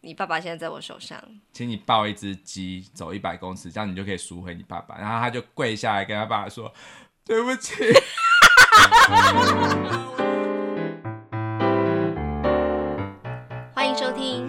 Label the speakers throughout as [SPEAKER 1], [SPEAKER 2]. [SPEAKER 1] 你爸爸现在在我手上，
[SPEAKER 2] 请你抱一只鸡走一百公尺，这样你就可以赎回你爸爸。然后他就跪下来跟他爸爸说：“对不起。”
[SPEAKER 1] 欢迎收听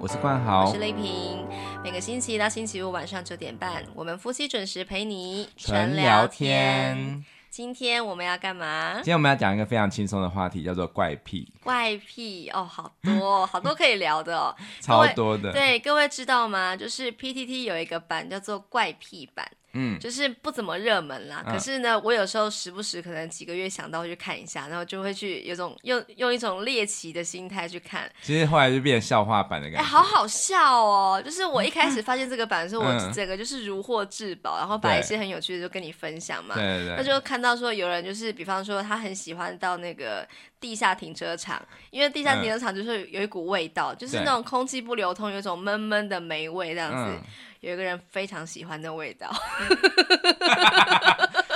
[SPEAKER 2] 我是冠
[SPEAKER 1] 我
[SPEAKER 2] 豪
[SPEAKER 1] 是，雷平。每个星期一到星期五晚上九点半，我们夫妻准时陪你
[SPEAKER 2] 纯聊天。。
[SPEAKER 1] 今天我们要干嘛
[SPEAKER 2] 今？天我们要讲一个非常轻松的话题，叫做怪癖，
[SPEAKER 1] 怪癖哦，好多好多可以聊的哦。
[SPEAKER 2] 超多的。
[SPEAKER 1] 对，各位知道吗？就是 PTT 有一个版叫做怪癖版，
[SPEAKER 2] 嗯，
[SPEAKER 1] 就是不怎么热门啦。
[SPEAKER 2] 嗯
[SPEAKER 1] 可是呢，我有时候时不时可能几个月想到去看一下，然后就会去有种用用一种猎奇的心态去看。
[SPEAKER 2] 其实后来就变成笑话版的
[SPEAKER 1] 哎、
[SPEAKER 2] 感觉。
[SPEAKER 1] 好好笑哦！就是我一开始发现这个版的时候，我
[SPEAKER 2] 嗯
[SPEAKER 1] 整个就是如获至宝，然后把
[SPEAKER 2] 对
[SPEAKER 1] 一些很有趣的就跟你分享嘛。
[SPEAKER 2] 对
[SPEAKER 1] 那
[SPEAKER 2] 对对，
[SPEAKER 1] 就看到说有人就是，比方说他很喜欢到那个地下停车场，因为地下停车场就是有一股味道，就是
[SPEAKER 2] 嗯对
[SPEAKER 1] 那种空气不流通，有一种闷闷的霉味这样子。
[SPEAKER 2] 嗯，
[SPEAKER 1] 有一个人非常喜欢那味道，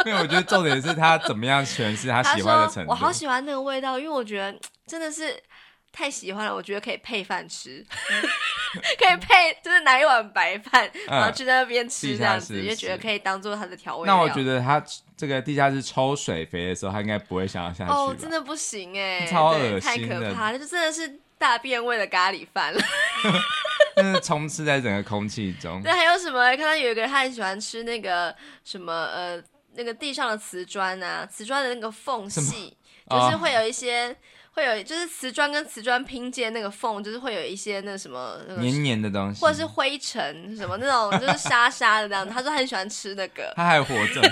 [SPEAKER 2] 因为我觉得重点是他怎么样诠释他 喜欢的
[SPEAKER 1] 说
[SPEAKER 2] 程：“度。
[SPEAKER 1] 我好喜欢那个味道，因为我觉得真的是太喜欢了，我觉得可以配饭 吃，可以配就是拿一碗白饭，然后
[SPEAKER 2] 嗯
[SPEAKER 1] 去那边吃
[SPEAKER 2] 地
[SPEAKER 1] 这
[SPEAKER 2] 下
[SPEAKER 1] 样子，
[SPEAKER 2] 室
[SPEAKER 1] 就觉得
[SPEAKER 2] 吃
[SPEAKER 1] 可以当做它的调味料。
[SPEAKER 2] 那我觉得他这个地下室抽水肥的时候，他应该不会想要下去吧？
[SPEAKER 1] 哦，真的不行哎、
[SPEAKER 2] 超
[SPEAKER 1] 对
[SPEAKER 2] 恶
[SPEAKER 1] 太
[SPEAKER 2] 心
[SPEAKER 1] 可
[SPEAKER 2] 的
[SPEAKER 1] 怕了，就真的是大便味的咖喱饭了。
[SPEAKER 2] 但是充斥在整个空气 中。
[SPEAKER 1] 对，还有什么？看到有一个人他很喜欢吃那个什么呃，那个地上的瓷砖啊，瓷砖的那个缝
[SPEAKER 2] 么
[SPEAKER 1] 隙， 就
[SPEAKER 2] 哦
[SPEAKER 1] 是会有一些。会有，就是瓷砖跟瓷砖拼接那个缝，就是会有一些那什么，那个
[SPEAKER 2] 黏黏的东西，
[SPEAKER 1] 或者是灰尘什么那种，就是沙沙的这 样。他说他很喜欢吃那个，
[SPEAKER 2] 他还活 着，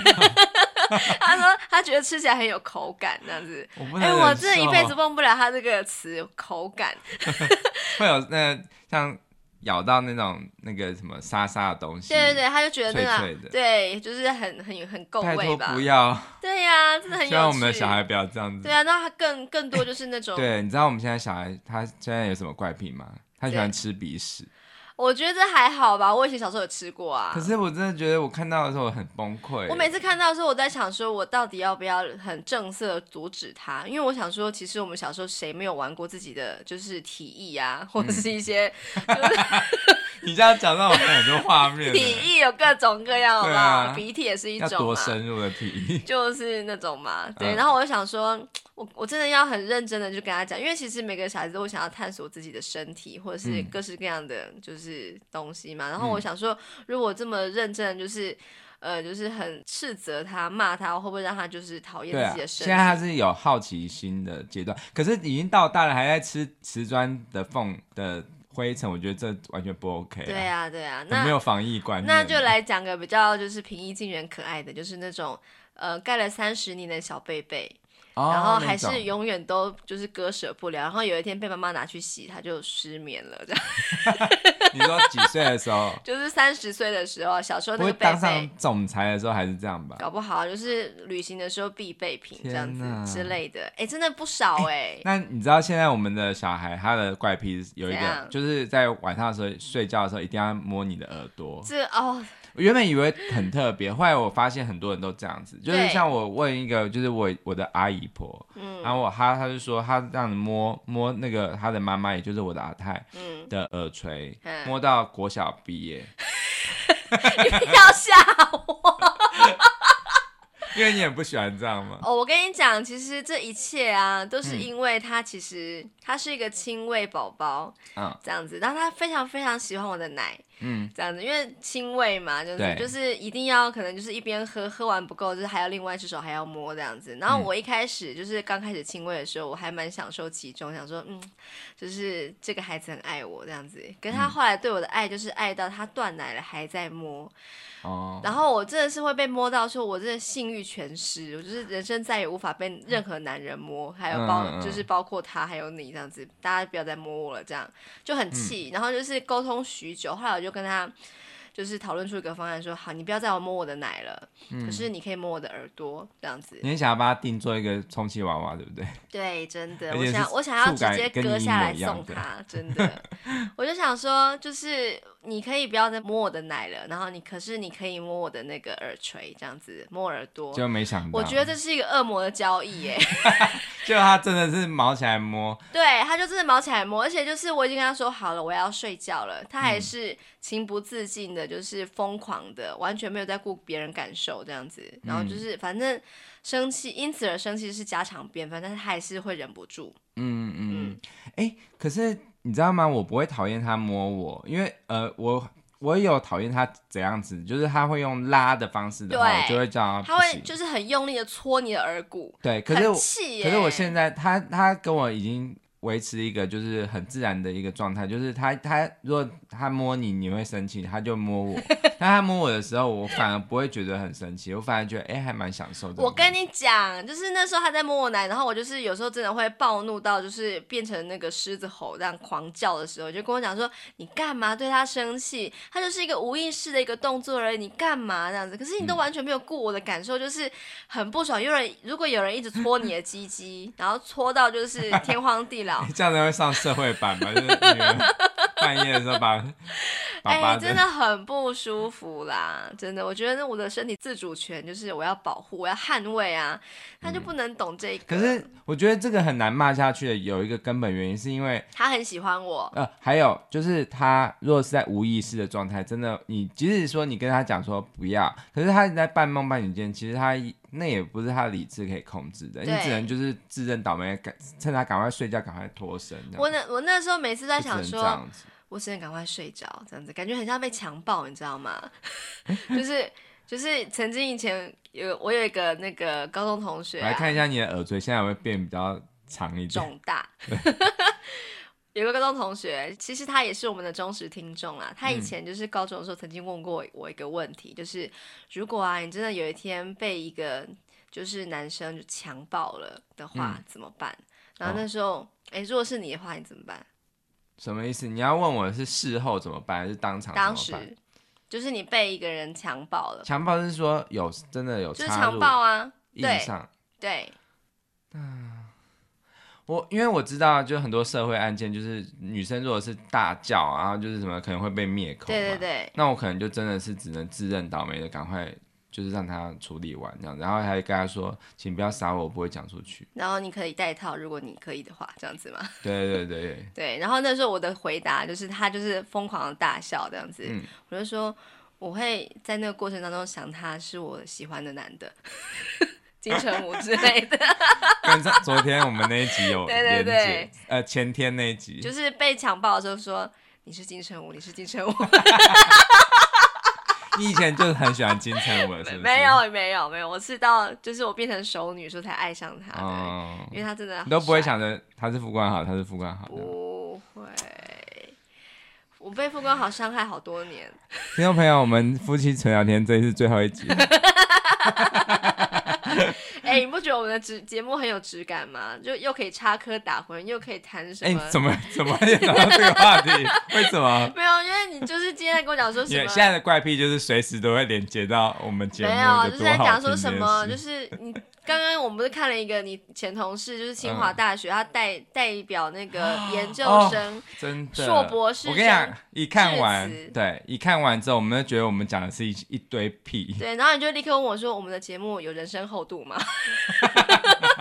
[SPEAKER 1] 他说他觉得吃起来很有口感这样子。
[SPEAKER 2] 我不能
[SPEAKER 1] 哎、
[SPEAKER 2] 忍受。
[SPEAKER 1] 我真的一辈子忘不了他这个词“口感
[SPEAKER 2] 会有那像咬到那种那个什么沙沙的东”。西，
[SPEAKER 1] 对对对，他就觉得那个
[SPEAKER 2] 嗯脆脆的
[SPEAKER 1] 对，就是很很很够
[SPEAKER 2] 拜
[SPEAKER 1] 味
[SPEAKER 2] 托
[SPEAKER 1] 吧
[SPEAKER 2] 不。要，
[SPEAKER 1] 对呀、真的很有
[SPEAKER 2] 希
[SPEAKER 1] 趣。
[SPEAKER 2] 望我们的小孩不要这样子
[SPEAKER 1] 对。啊，那他更更多就是那种，
[SPEAKER 2] 嗯对，你知道我们现在小孩他现在有什么怪癖吗？他喜欢吃鼻屎，
[SPEAKER 1] 我觉得这还好吧。我以前小时候有吃过啊
[SPEAKER 2] 可，是我真的觉得我看到的时候我很崩溃。
[SPEAKER 1] 我每次看到的时候，我在想说，我到底要不要很正色地阻止他？因为我想说，其实我们小时候谁没有玩过自己的就是体液啊，
[SPEAKER 2] 嗯
[SPEAKER 1] 或者是一些
[SPEAKER 2] 你这样讲让我看很多画 面
[SPEAKER 1] 体
[SPEAKER 2] 呢，
[SPEAKER 1] 液有各种各样，好不好？
[SPEAKER 2] 对啊
[SPEAKER 1] 鼻涕也是一
[SPEAKER 2] 要
[SPEAKER 1] 种
[SPEAKER 2] 多
[SPEAKER 1] 嘛，
[SPEAKER 2] 深入的体
[SPEAKER 1] 就是那种嘛。对，
[SPEAKER 2] 嗯
[SPEAKER 1] 然后我就想说。我我真的要很认真的去跟他讲，因为其实每个小孩子都想要探索自己的身体，或者是
[SPEAKER 2] 嗯
[SPEAKER 1] 各式各样的就是东西嘛。然后我
[SPEAKER 2] 嗯
[SPEAKER 1] 想说，如果这么认真地就是，呃，就是很斥责他、骂他，会不会让他就是讨厌
[SPEAKER 2] 对啊
[SPEAKER 1] 自己，的身
[SPEAKER 2] 现
[SPEAKER 1] 体？
[SPEAKER 2] 在他是有好奇心的阶段，可是已经到大了，还在吃瓷砖的缝的灰尘，我觉得这完全不 OK、啊。
[SPEAKER 1] 对啊，对啊，
[SPEAKER 2] 很没
[SPEAKER 1] 那
[SPEAKER 2] 有防易观念。
[SPEAKER 1] 那就来讲个比较就是平易近人、可爱的，就是那种呃盖了三十年的小贝贝，
[SPEAKER 2] 哦，
[SPEAKER 1] 然后还是
[SPEAKER 2] 那种
[SPEAKER 1] 永远都就是割舍不了，然后有一天被妈妈拿去洗，他就失眠了，这样，
[SPEAKER 2] 你说几岁的时候
[SPEAKER 1] 就是三十岁的时候，小时候
[SPEAKER 2] 不
[SPEAKER 1] 那
[SPEAKER 2] 会
[SPEAKER 1] 个贝
[SPEAKER 2] 当
[SPEAKER 1] 贝
[SPEAKER 2] 上。总裁的时候还是这样吧？
[SPEAKER 1] 搞不好就是旅行的时候必备品这
[SPEAKER 2] 天
[SPEAKER 1] 样
[SPEAKER 2] 哪
[SPEAKER 1] 子之类的，哎、真的不少哎、
[SPEAKER 2] 那你知道现在我们的小孩他的怪癖是有一
[SPEAKER 1] 怎
[SPEAKER 2] 个
[SPEAKER 1] 样，
[SPEAKER 2] 就是在晚上的时候睡觉的时候一定要摸你的耳朵。
[SPEAKER 1] 这哦，
[SPEAKER 2] 我原本以为很特别，后来我发现很多人都这样子，就是
[SPEAKER 1] 对
[SPEAKER 2] 像我问一个，就是我我的阿姨婆，
[SPEAKER 1] 嗯
[SPEAKER 2] 然后我她她就说她这样子摸摸那个她的妈妈，也就是我的阿太
[SPEAKER 1] 嗯，
[SPEAKER 2] 的耳垂，
[SPEAKER 1] 嗯
[SPEAKER 2] 摸到国小毕业，
[SPEAKER 1] 你要吓我
[SPEAKER 2] 因为你很不喜欢这样嘛。
[SPEAKER 1] 哦！我跟你讲，其实这一切啊，都是
[SPEAKER 2] 嗯
[SPEAKER 1] 因为他其实他是一个亲喂宝宝
[SPEAKER 2] 嗯
[SPEAKER 1] 这样子，然后他非常非常喜欢我的奶，
[SPEAKER 2] 嗯，
[SPEAKER 1] 这样子，因为亲喂嘛，就是
[SPEAKER 2] 对
[SPEAKER 1] 就是一定要可能就是一边喝，喝完不够，就是还要另外一只手还要摸这样子。然后
[SPEAKER 2] 嗯
[SPEAKER 1] 我一开始就是刚开始亲喂的时候，我还蛮享受其中，想说嗯，就是这个孩子很爱我这样子。可
[SPEAKER 2] 嗯
[SPEAKER 1] 是他后来对我的爱就是爱到他断奶了还在摸，
[SPEAKER 2] 哦，
[SPEAKER 1] 然后我真的是会被摸到，说我真的性欲全失，我就是人生再也无法被任何男人摸，还有包、
[SPEAKER 2] 嗯嗯嗯
[SPEAKER 1] 就是包括他还有你这样子，大家不要再摸我了，这样就
[SPEAKER 2] 嗯
[SPEAKER 1] 很气。然后就是沟通许久，后来我就跟他就是讨论出一个方案说好，你不要再摸我的奶了，
[SPEAKER 2] 嗯
[SPEAKER 1] 可是你可以摸我的耳朵这样子。
[SPEAKER 2] 你很想要把它定做一个充气娃娃，对不对？
[SPEAKER 1] 对，真的，
[SPEAKER 2] 而
[SPEAKER 1] 我
[SPEAKER 2] 且
[SPEAKER 1] 想
[SPEAKER 2] 是
[SPEAKER 1] 我想要
[SPEAKER 2] 触
[SPEAKER 1] 直
[SPEAKER 2] 感
[SPEAKER 1] 接
[SPEAKER 2] 跟
[SPEAKER 1] 割
[SPEAKER 2] 你一
[SPEAKER 1] 下
[SPEAKER 2] 模
[SPEAKER 1] 来
[SPEAKER 2] 一样
[SPEAKER 1] 送
[SPEAKER 2] 的
[SPEAKER 1] 他，真的。我就想说，就是你可以不要再摸我的奶了，然后你可是你可以摸我的那个耳垂，这样子摸耳朵。
[SPEAKER 2] 就没想到，
[SPEAKER 1] 我觉得这是一个恶魔的交易耶，
[SPEAKER 2] 就他真的是毛起来摸，
[SPEAKER 1] 对，他就真的毛起来摸，而且就是我已经跟他说好了，我要睡觉了，他
[SPEAKER 2] 嗯
[SPEAKER 1] 还是情不自禁的，就是疯狂的，完全没有在顾别人感受这样子，然后
[SPEAKER 2] 嗯
[SPEAKER 1] 就是反正生气，因此而生气是家常便饭，但是他还是会忍不住，
[SPEAKER 2] 嗯嗯
[SPEAKER 1] 嗯
[SPEAKER 2] 嗯，哎、可是你知道吗？我不会讨厌他摸我，因为呃，我我有讨厌他怎样子，就是他会用拉的方式的话，
[SPEAKER 1] 对
[SPEAKER 2] 我就会叫他
[SPEAKER 1] 他
[SPEAKER 2] 啊不
[SPEAKER 1] 会
[SPEAKER 2] 行
[SPEAKER 1] 就是很用力的搓你的耳骨，
[SPEAKER 2] 对，可是
[SPEAKER 1] 很
[SPEAKER 2] 我
[SPEAKER 1] 气耶。
[SPEAKER 2] 可是我现在他他跟我已经维持一个就是很自然的一个状态，就是他他如果他摸你你会生气，他就摸 我，但他摸我的时候，我反而不会觉得很生气，我反而觉得哎、还蛮享受的。，
[SPEAKER 1] 我跟你讲，就是那时候他在摸我奶，然后我就是有时候真的会暴怒到，就是变成那个狮子吼这样狂叫的时候，就跟我讲说你干嘛对他生气？他就是一个无意识的一个动作而已，你干嘛这样子？可是你都完全没有顾我的感受，就是很不爽。有人如果有人一直搓你的鸡鸡，然后搓到就是天荒地老
[SPEAKER 2] 这样子会上社会版 吗？就是你们半夜的时候把把
[SPEAKER 1] 哎、
[SPEAKER 2] 把
[SPEAKER 1] 真的很不舒服啦，真的。我觉得我的身体自主权就是我要保护，我要捍卫啊，他就不能懂这个。
[SPEAKER 2] 嗯可是我觉得这个很难骂下去的，有一个根本原因是因为
[SPEAKER 1] 他很喜欢我。
[SPEAKER 2] 呃，还有就是他如果是在无意识的状态，真的，你即使说你跟他讲说不要，可是他在半梦半醒间，其实他那也不是他的理智可以控制的，你
[SPEAKER 1] 对
[SPEAKER 2] 只能就是自认倒霉，赶趁他赶快睡觉，赶快脱身。这样
[SPEAKER 1] 我那我那时候每次在
[SPEAKER 2] 嗯就只
[SPEAKER 1] 想
[SPEAKER 2] 能这
[SPEAKER 1] 说，
[SPEAKER 2] 样子
[SPEAKER 1] 我只能赶快睡着，这样子感觉很像被强暴，你知道 吗？ 就是就是曾经以前有我有一个那个高中同学、
[SPEAKER 2] 我来
[SPEAKER 1] 啊，
[SPEAKER 2] 看一下你的耳垂，现在有没有变比较长一点。
[SPEAKER 1] 肿大。 有一个高中同学，其实他也是我们的忠实听众啦。
[SPEAKER 2] 嗯
[SPEAKER 1] 他以前就是高中的时候曾经问过我一个问题，就是如果啊你真的有一天被一个就是男生就强暴了的话、
[SPEAKER 2] 嗯
[SPEAKER 1] 怎么办？然后那时
[SPEAKER 2] 哦
[SPEAKER 1] 候，哎、如果是你的话，你怎么办？
[SPEAKER 2] 什么意思？你要问我是事后怎么办，还是当啊场怎么
[SPEAKER 1] 当
[SPEAKER 2] 办？
[SPEAKER 1] 时呃就是你被一个人强暴了，
[SPEAKER 2] 强暴是说有真的有
[SPEAKER 1] 就是
[SPEAKER 2] 插
[SPEAKER 1] 强
[SPEAKER 2] 入
[SPEAKER 1] 暴啊，
[SPEAKER 2] 硬
[SPEAKER 1] 对
[SPEAKER 2] 上。
[SPEAKER 1] 对
[SPEAKER 2] 我因为我知道，就很多社会案件，就是女生如果是大叫，然后就是什么可能会被灭口嘛。
[SPEAKER 1] 对对对，
[SPEAKER 2] 那我可能就真的是只能自认倒霉的，赶快就是让他处理完这样，然后还跟他说，请不要杀我，我不会讲出去。
[SPEAKER 1] 然后你可以带套，如果你可以的话，这样子吗？
[SPEAKER 2] 对对对对，
[SPEAKER 1] 对，然后那时候我的回答就是他就是疯狂的大笑这样子，
[SPEAKER 2] 嗯
[SPEAKER 1] 我就说我会在那个过程当中想他是我喜欢的男的。金城武之类的，
[SPEAKER 2] 跟上昨天我们那一集有
[SPEAKER 1] 对对
[SPEAKER 2] 连接，
[SPEAKER 1] 对
[SPEAKER 2] 呃前天那一集，
[SPEAKER 1] 就是被强暴的时候说你是金城武，你是金城武，
[SPEAKER 2] 你以前就是很喜欢金城武，是不 是？
[SPEAKER 1] 没。有没有没有，我是到就是我变成熟女的时候才爱上他的，
[SPEAKER 2] 哦，
[SPEAKER 1] 因为他真的
[SPEAKER 2] 你都不会
[SPEAKER 1] 很帅
[SPEAKER 2] 想着他是副官好，他是副官好的。
[SPEAKER 1] 不会，我被傅光好伤害好多年。
[SPEAKER 2] 听众朋友，我们夫妻纯聊天这一次最后 一集。
[SPEAKER 1] 哎、你不觉得我们的质节目很有质感吗？就又可以插科打诨，又可以谈什
[SPEAKER 2] 哎、
[SPEAKER 1] 么？
[SPEAKER 2] 怎么怎么又聊到这个话题？为什么？
[SPEAKER 1] 没有，因为你就是今天跟我讲说
[SPEAKER 2] 你
[SPEAKER 1] 什么
[SPEAKER 2] 现。在的怪癖就是随时都会连接到我们节目
[SPEAKER 1] 没
[SPEAKER 2] 的
[SPEAKER 1] 有，啊
[SPEAKER 2] 多
[SPEAKER 1] 就是在
[SPEAKER 2] 好
[SPEAKER 1] 讲
[SPEAKER 2] 听
[SPEAKER 1] 说
[SPEAKER 2] 这
[SPEAKER 1] 什
[SPEAKER 2] 件
[SPEAKER 1] 么，
[SPEAKER 2] 事
[SPEAKER 1] 就是你刚刚我们不是看了一个你前同事，就是清华大学，他代代表那个研究
[SPEAKER 2] 嗯哦
[SPEAKER 1] 生，
[SPEAKER 2] 真的
[SPEAKER 1] 硕博士
[SPEAKER 2] 我跟你讲
[SPEAKER 1] 生，
[SPEAKER 2] 一看完
[SPEAKER 1] 致辞，
[SPEAKER 2] 对，一看完之后，我们就觉得我们讲的是一一堆屁。
[SPEAKER 1] 对，然后你就立刻问我说：“我们的节目有人生厚度吗？”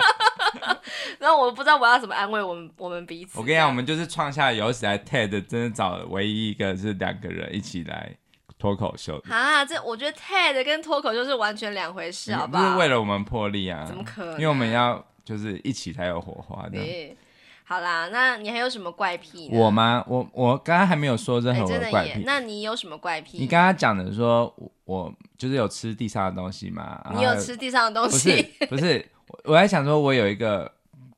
[SPEAKER 1] 然后我不知道我要怎么安慰我们我们彼此。
[SPEAKER 2] 我跟你讲，我们就是创下有史以来 TED 真的找了唯一一个是两个人一起来脱口秀的，
[SPEAKER 1] 啊，这我觉得 TED 跟脱口秀是完全两回事，好
[SPEAKER 2] 不
[SPEAKER 1] 不
[SPEAKER 2] 是
[SPEAKER 1] 好？
[SPEAKER 2] 为了我们破例啊，
[SPEAKER 1] 怎么可能
[SPEAKER 2] 因为我们要就是一起才有火花的。
[SPEAKER 1] 对好啦，那你还有什么怪癖呢？
[SPEAKER 2] 我吗？我我刚刚还没有说任
[SPEAKER 1] 哎、
[SPEAKER 2] 何我
[SPEAKER 1] 真的
[SPEAKER 2] 怪
[SPEAKER 1] 耶
[SPEAKER 2] 癖。，
[SPEAKER 1] 那你有什么怪
[SPEAKER 2] 你
[SPEAKER 1] 癖？
[SPEAKER 2] 刚刚讲的说，我我就是有吃地上的东西嘛，然
[SPEAKER 1] 你
[SPEAKER 2] 后
[SPEAKER 1] 有吃地上的东
[SPEAKER 2] 不
[SPEAKER 1] 西
[SPEAKER 2] 是？ 不是，我我在想说，我有一个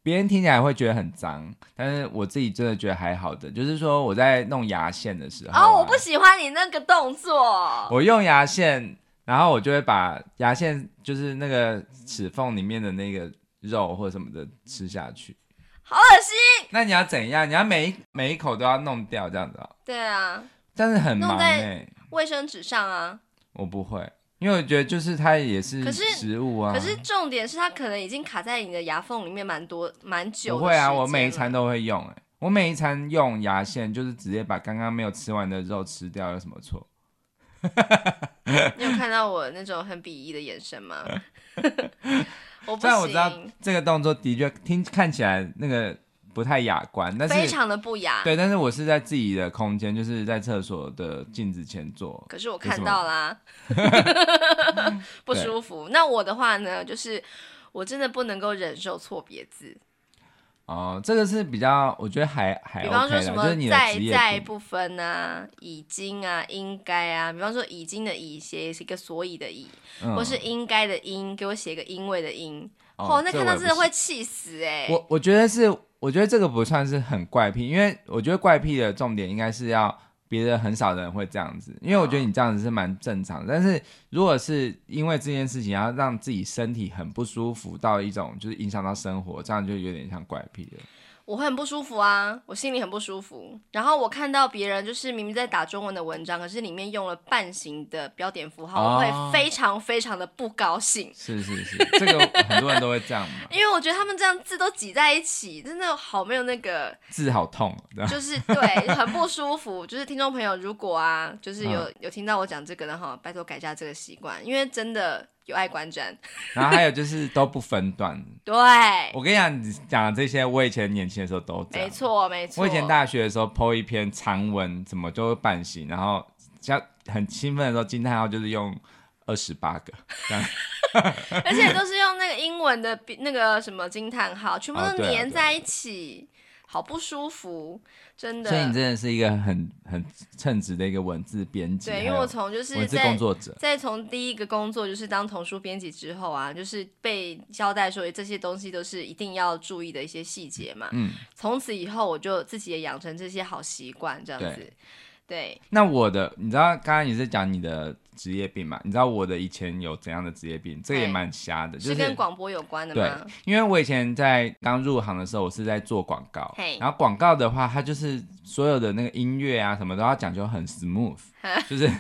[SPEAKER 2] 别人听起来会觉得很脏，但是我自己真的觉得还好的，就是说我在弄牙线的时候、啊
[SPEAKER 1] 哦，我不，喜欢你那个动作。
[SPEAKER 2] 我用牙线，然后我就会把牙线就是那个齿缝里面的那个肉或什么的吃下去。
[SPEAKER 1] 好恶心！
[SPEAKER 2] 那你要怎样？你要每一每一口都要弄掉这样子、哦，
[SPEAKER 1] 对啊，
[SPEAKER 2] 但是很
[SPEAKER 1] 弄
[SPEAKER 2] 忙
[SPEAKER 1] 在
[SPEAKER 2] 哎、
[SPEAKER 1] 卫生纸上啊。
[SPEAKER 2] 我不会。因为我觉得就是它也是
[SPEAKER 1] 可是
[SPEAKER 2] 食物啊，
[SPEAKER 1] 可是重点是它可能已经卡在你的牙缝里面蛮多蛮久的
[SPEAKER 2] 不会啊，
[SPEAKER 1] 时间
[SPEAKER 2] 我每一
[SPEAKER 1] 了
[SPEAKER 2] 餐都会用、欸，我每一餐用牙线就是直接把刚刚没有吃完的肉吃掉，有什么错？
[SPEAKER 1] 你有看到我那种很鄙夷的眼神吗？ 我不
[SPEAKER 2] 虽然我知道
[SPEAKER 1] 行，
[SPEAKER 2] 这个动作的确听看起来那个不太雅观，但
[SPEAKER 1] 非
[SPEAKER 2] 是
[SPEAKER 1] 常的不雅。
[SPEAKER 2] 对，但是我是在自己的空间，就是在厕所的镜子前做。
[SPEAKER 1] 可是我
[SPEAKER 2] 有什
[SPEAKER 1] 看
[SPEAKER 2] 么
[SPEAKER 1] 到 啦，不舒服。那我的话呢，就是我真的不能够忍受错别字，
[SPEAKER 2] 哦，这个是比较，我觉得还还
[SPEAKER 1] 比
[SPEAKER 2] OK
[SPEAKER 1] 方说
[SPEAKER 2] 的，
[SPEAKER 1] 什
[SPEAKER 2] 就是
[SPEAKER 1] 么
[SPEAKER 2] 你的
[SPEAKER 1] 在
[SPEAKER 2] 职业
[SPEAKER 1] 在
[SPEAKER 2] 病
[SPEAKER 1] 不分啊，已经啊，应该啊。比方说已经的已写是一个所以的以，
[SPEAKER 2] 嗯
[SPEAKER 1] 或是应该的应，给我写个因为的因。
[SPEAKER 2] 哦
[SPEAKER 1] 哦，那
[SPEAKER 2] 这
[SPEAKER 1] 看到
[SPEAKER 2] 我也
[SPEAKER 1] 真
[SPEAKER 2] 不
[SPEAKER 1] 的会气死哎、
[SPEAKER 2] 我我觉得是，我觉得这个不算是很怪癖，因为我觉得怪癖的重点应该是要别的很少的人会这样子，因为我觉得你这样子是蛮正常的。但是如果是因为这件事情，然后让自己身体很不舒服到一种就是影响到生活，这样就有点像怪癖了。
[SPEAKER 1] 我会很不舒服啊，我心里很不舒服。然后我看到别人就是明明在打中文的文章，可是里面用了半形的标点符号，我
[SPEAKER 2] 哦
[SPEAKER 1] 会非常非常的不高兴，
[SPEAKER 2] 是是是，这个很多人都会这样嘛，
[SPEAKER 1] 因为我觉得他们这样字都挤在一起，真的好没有那个，
[SPEAKER 2] 字好痛哦，对吧
[SPEAKER 1] 就是对，很不舒服。就是听众朋友，如果啊，就是有、
[SPEAKER 2] 嗯
[SPEAKER 1] 有听到我讲这个的哈，拜托改一下这个习惯，因为真的有碍观瞻。
[SPEAKER 2] 然后还有就是都不分段。
[SPEAKER 1] 对，
[SPEAKER 2] 我跟你讲，你讲的这些，我以前年轻的时候都这样。
[SPEAKER 1] 没错没错。
[SPEAKER 2] 我以前大学的时候剖一篇长文，怎么就会半形，然后像很兴奋的时候，惊叹号就是用二十八个，
[SPEAKER 1] 而且都是用那个英文的比那个什么惊叹号，全部
[SPEAKER 2] 啊
[SPEAKER 1] 都
[SPEAKER 2] 对啊
[SPEAKER 1] 粘
[SPEAKER 2] 对啊
[SPEAKER 1] 在一起，好不舒服，真的
[SPEAKER 2] 所以。你真的是一个很很称职的一个文字编辑，
[SPEAKER 1] 对，
[SPEAKER 2] 还
[SPEAKER 1] 因
[SPEAKER 2] 有
[SPEAKER 1] 为我从就是
[SPEAKER 2] 文字
[SPEAKER 1] 在
[SPEAKER 2] 工作者。
[SPEAKER 1] 在从第一个工作就是当童书编辑之后啊，就是被交代说这些东西都是一定要注意的一些细节嘛。
[SPEAKER 2] 嗯，
[SPEAKER 1] 从此以后我就自己也养成这些好习惯，这样
[SPEAKER 2] 对
[SPEAKER 1] 子。对，
[SPEAKER 2] 那我的，你知道刚刚你是讲你的职业病嘛？你知道我的以前有怎样的职业病？这个也
[SPEAKER 1] 哎
[SPEAKER 2] 蛮瞎的，就是
[SPEAKER 1] 跟广播有关的
[SPEAKER 2] 对
[SPEAKER 1] 吗？，
[SPEAKER 2] 因为我以前在刚入行的时候，我是在做广告
[SPEAKER 1] 嘿，
[SPEAKER 2] 然后广告的话，它就是所有的那个音乐啊什么都要讲究 很 smooth，就是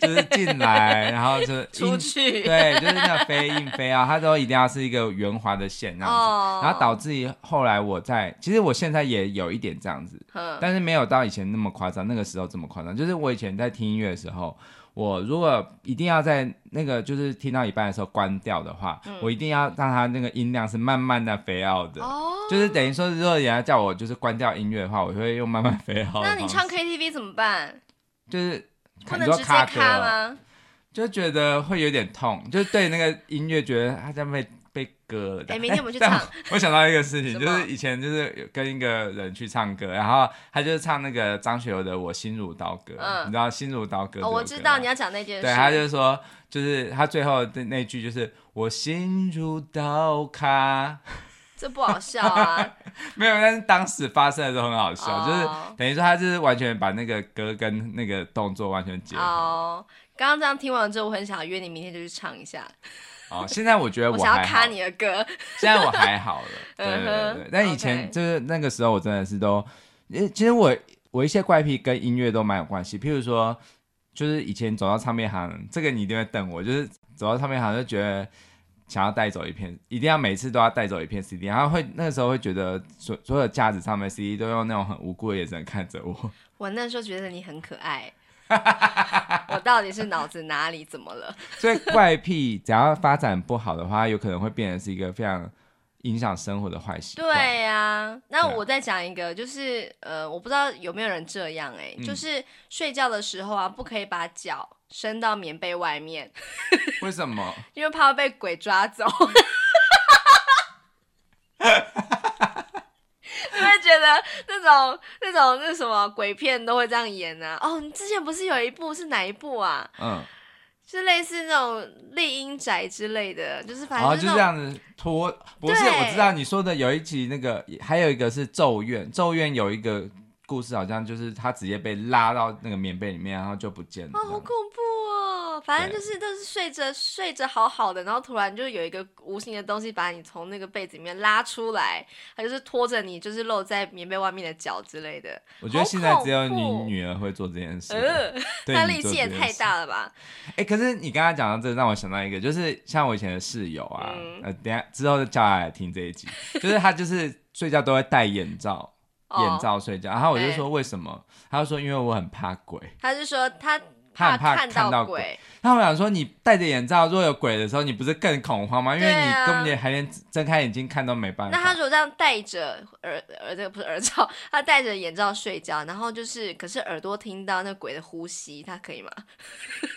[SPEAKER 2] 就是进来，然后就是
[SPEAKER 1] 出
[SPEAKER 2] 音
[SPEAKER 1] 去
[SPEAKER 2] 对，就是那个飞音飞啊，它都一定要是一个圆滑的线这样子。
[SPEAKER 1] 哦，
[SPEAKER 2] 然后导致于后来我在，其实我现在也有一点这样子，
[SPEAKER 1] 嗯
[SPEAKER 2] 但是没有到以前那么夸张，那个时候这么夸张。就是我以前在听音乐的时候，我如果一定要在那个就是听到一半的时候关掉的话，我一定要让它那个音量是慢慢的飞 out 的，
[SPEAKER 1] 嗯哦，
[SPEAKER 2] 就是等于说，如果人家叫我就是关掉音乐的话，我就会用慢慢飞 out 的方式。
[SPEAKER 1] 那你唱 KTV 怎么办？
[SPEAKER 2] 就是
[SPEAKER 1] 不
[SPEAKER 2] 你
[SPEAKER 1] 能
[SPEAKER 2] 说
[SPEAKER 1] 直接
[SPEAKER 2] 卡歌
[SPEAKER 1] 卡
[SPEAKER 2] 哦
[SPEAKER 1] 吗？
[SPEAKER 2] 就觉得会有点痛，就是对那个音乐觉得它在被被割了。
[SPEAKER 1] 哎明天我们去
[SPEAKER 2] 但
[SPEAKER 1] 唱
[SPEAKER 2] 我想到一个事情，
[SPEAKER 1] 什
[SPEAKER 2] 就
[SPEAKER 1] 么
[SPEAKER 2] 是以前就是有跟一个人去唱歌，然后他就是唱那个张学友的《我心如刀割》，
[SPEAKER 1] 嗯
[SPEAKER 2] 你知道《心如刀割》这首歌吗？
[SPEAKER 1] 哦，我知道你要讲那件事。
[SPEAKER 2] 对，他就说，就是他最后的那句就是“我心如刀卡
[SPEAKER 1] 这不好笑 啊！”，
[SPEAKER 2] 没有，但是当时发生的时候很好笑，
[SPEAKER 1] 哦
[SPEAKER 2] 就是等于说他就是完全把那个歌跟那个动作完全结合。哦
[SPEAKER 1] 哦，刚刚这样听完之后，我很想约你明天就去唱一下，
[SPEAKER 2] 哦现在我觉得
[SPEAKER 1] 我
[SPEAKER 2] 呃我
[SPEAKER 1] 想
[SPEAKER 2] 还
[SPEAKER 1] 要
[SPEAKER 2] 好
[SPEAKER 1] 卡你的歌。
[SPEAKER 2] 现在我还好了，对对对
[SPEAKER 1] 嗯
[SPEAKER 2] 对
[SPEAKER 1] 哼。
[SPEAKER 2] 但以前
[SPEAKER 1] OK
[SPEAKER 2] 就是那个时候，我真的是都，呃其实我我一些怪癖跟音乐都蛮有关系。譬如说，就是以前走到唱片行，这个你一定会瞪我，就是走到唱片行就觉得。想要带走一片，一定要每次都要带走一片 CD，然后会那个时候会觉得所所有架子上面 CD 都用那种很无辜的眼神看着我，
[SPEAKER 1] 我那时候觉得你很可爱， 我到底是脑子哪里怎么了？
[SPEAKER 2] 所以怪癖只要发展不好的话，有可能会变成是一个非常影响生活的坏习惯。
[SPEAKER 1] 对呀、那
[SPEAKER 2] 对啊
[SPEAKER 1] 我再讲一个，就是呃，我不知道有没有人这样哎、
[SPEAKER 2] 嗯
[SPEAKER 1] 就是睡觉的时候啊，不可以把脚伸到棉被外面，
[SPEAKER 2] 为什么？
[SPEAKER 1] 因为怕会被鬼抓走。 你会觉得那种那种那什么鬼片都会这样演啊？哦，你之前不是有一部是哪一部啊？
[SPEAKER 2] 嗯，
[SPEAKER 1] 就是类似那种丽英宅之类的，就是反
[SPEAKER 2] 然后
[SPEAKER 1] 正
[SPEAKER 2] 哦就是
[SPEAKER 1] 那
[SPEAKER 2] 这
[SPEAKER 1] 种啊
[SPEAKER 2] 样子拖，不是
[SPEAKER 1] 对
[SPEAKER 2] 我知道你说的有一集那个，还有一个是《咒怨》，《咒怨》有一个故事，好像就是他直接被拉到那个棉被里面，然后就不见了。
[SPEAKER 1] 哦，好恐怖哦！反正就是都是睡着睡着好好的，然后突然就有一个无形的东西把你从那个被子里面拉出来，它就是拖着你，就是露在棉被外面的脚之类的。
[SPEAKER 2] 我觉得现在只有
[SPEAKER 1] 好
[SPEAKER 2] 你
[SPEAKER 1] 恐怖
[SPEAKER 2] 女儿会做这件事，
[SPEAKER 1] 呃，
[SPEAKER 2] 对
[SPEAKER 1] 那
[SPEAKER 2] 你
[SPEAKER 1] 力
[SPEAKER 2] 做
[SPEAKER 1] 气
[SPEAKER 2] 这
[SPEAKER 1] 也
[SPEAKER 2] 件
[SPEAKER 1] 太
[SPEAKER 2] 事
[SPEAKER 1] 大了吧？
[SPEAKER 2] 哎、可是你刚刚讲到这个，让我想到一个，就是像我以前的室友啊，
[SPEAKER 1] 嗯
[SPEAKER 2] 呃，等一下之后就叫他来听这一集，就是他就是睡觉都会戴眼罩，眼
[SPEAKER 1] 哦，
[SPEAKER 2] 罩睡觉，然后我就
[SPEAKER 1] 对
[SPEAKER 2] 说为什么？他就说因为我很怕鬼。
[SPEAKER 1] 他就说他
[SPEAKER 2] 他
[SPEAKER 1] 怕
[SPEAKER 2] 很怕
[SPEAKER 1] 看
[SPEAKER 2] 看到
[SPEAKER 1] 鬼，
[SPEAKER 2] 然后我想说，你戴着眼罩，如果有鬼的时候，你不是更恐慌吗？因为
[SPEAKER 1] 对
[SPEAKER 2] 你
[SPEAKER 1] 啊
[SPEAKER 2] 根本就还连睁开眼睛看都没办法。
[SPEAKER 1] 那他如果这样戴着耳耳这个不是耳罩，他戴着眼罩睡觉，然后就是可是耳朵听到那鬼的呼吸，他可以吗？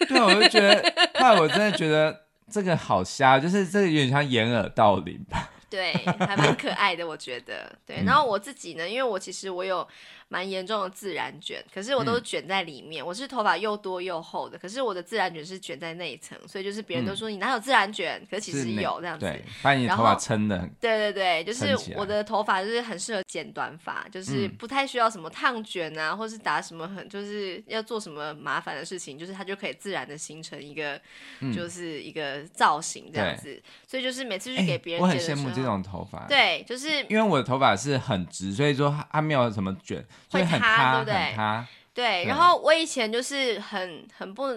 [SPEAKER 2] 对，我就觉得， 后来我真的觉得这个好瞎，就是这个有点像掩耳盗铃 吧。
[SPEAKER 1] 对，还蛮可爱的，我觉得。
[SPEAKER 2] 嗯
[SPEAKER 1] 对，然后我自己呢，因为我其实我有蛮严重的自然卷，可是我
[SPEAKER 2] 嗯
[SPEAKER 1] 都是卷在里面，我是头发又多又厚的，可是我的自然卷是卷在内层，所以就是别人都说你哪有自然卷，可是其
[SPEAKER 2] 嗯是
[SPEAKER 1] 实
[SPEAKER 2] 那
[SPEAKER 1] 有这样子。
[SPEAKER 2] 对，把你的
[SPEAKER 1] 然
[SPEAKER 2] 头发
[SPEAKER 1] 后
[SPEAKER 2] 撑的很，
[SPEAKER 1] 对对对，就
[SPEAKER 2] 撑起
[SPEAKER 1] 是
[SPEAKER 2] 来
[SPEAKER 1] 我的头发就是很适合剪短发，就是
[SPEAKER 2] 嗯
[SPEAKER 1] 不太需要什么烫卷啊，或是打什么很就是要做什么麻烦的事情，就是它就可以自然的形成一个、
[SPEAKER 2] 嗯
[SPEAKER 1] 就是一个造型这样子。所以就是每次去给
[SPEAKER 2] 哎
[SPEAKER 1] 别
[SPEAKER 2] 我
[SPEAKER 1] 人
[SPEAKER 2] 很
[SPEAKER 1] 剪
[SPEAKER 2] 羡
[SPEAKER 1] 的时
[SPEAKER 2] 慕这
[SPEAKER 1] 候，
[SPEAKER 2] 种头发。。
[SPEAKER 1] 对，就是
[SPEAKER 2] 啊因为我的头发是很直，所以说它它没有什么卷，所以
[SPEAKER 1] 会
[SPEAKER 2] 很
[SPEAKER 1] 塌
[SPEAKER 2] 塌，
[SPEAKER 1] 对不对
[SPEAKER 2] 很塌。
[SPEAKER 1] 对，然
[SPEAKER 2] 对
[SPEAKER 1] 后我以前就是很很不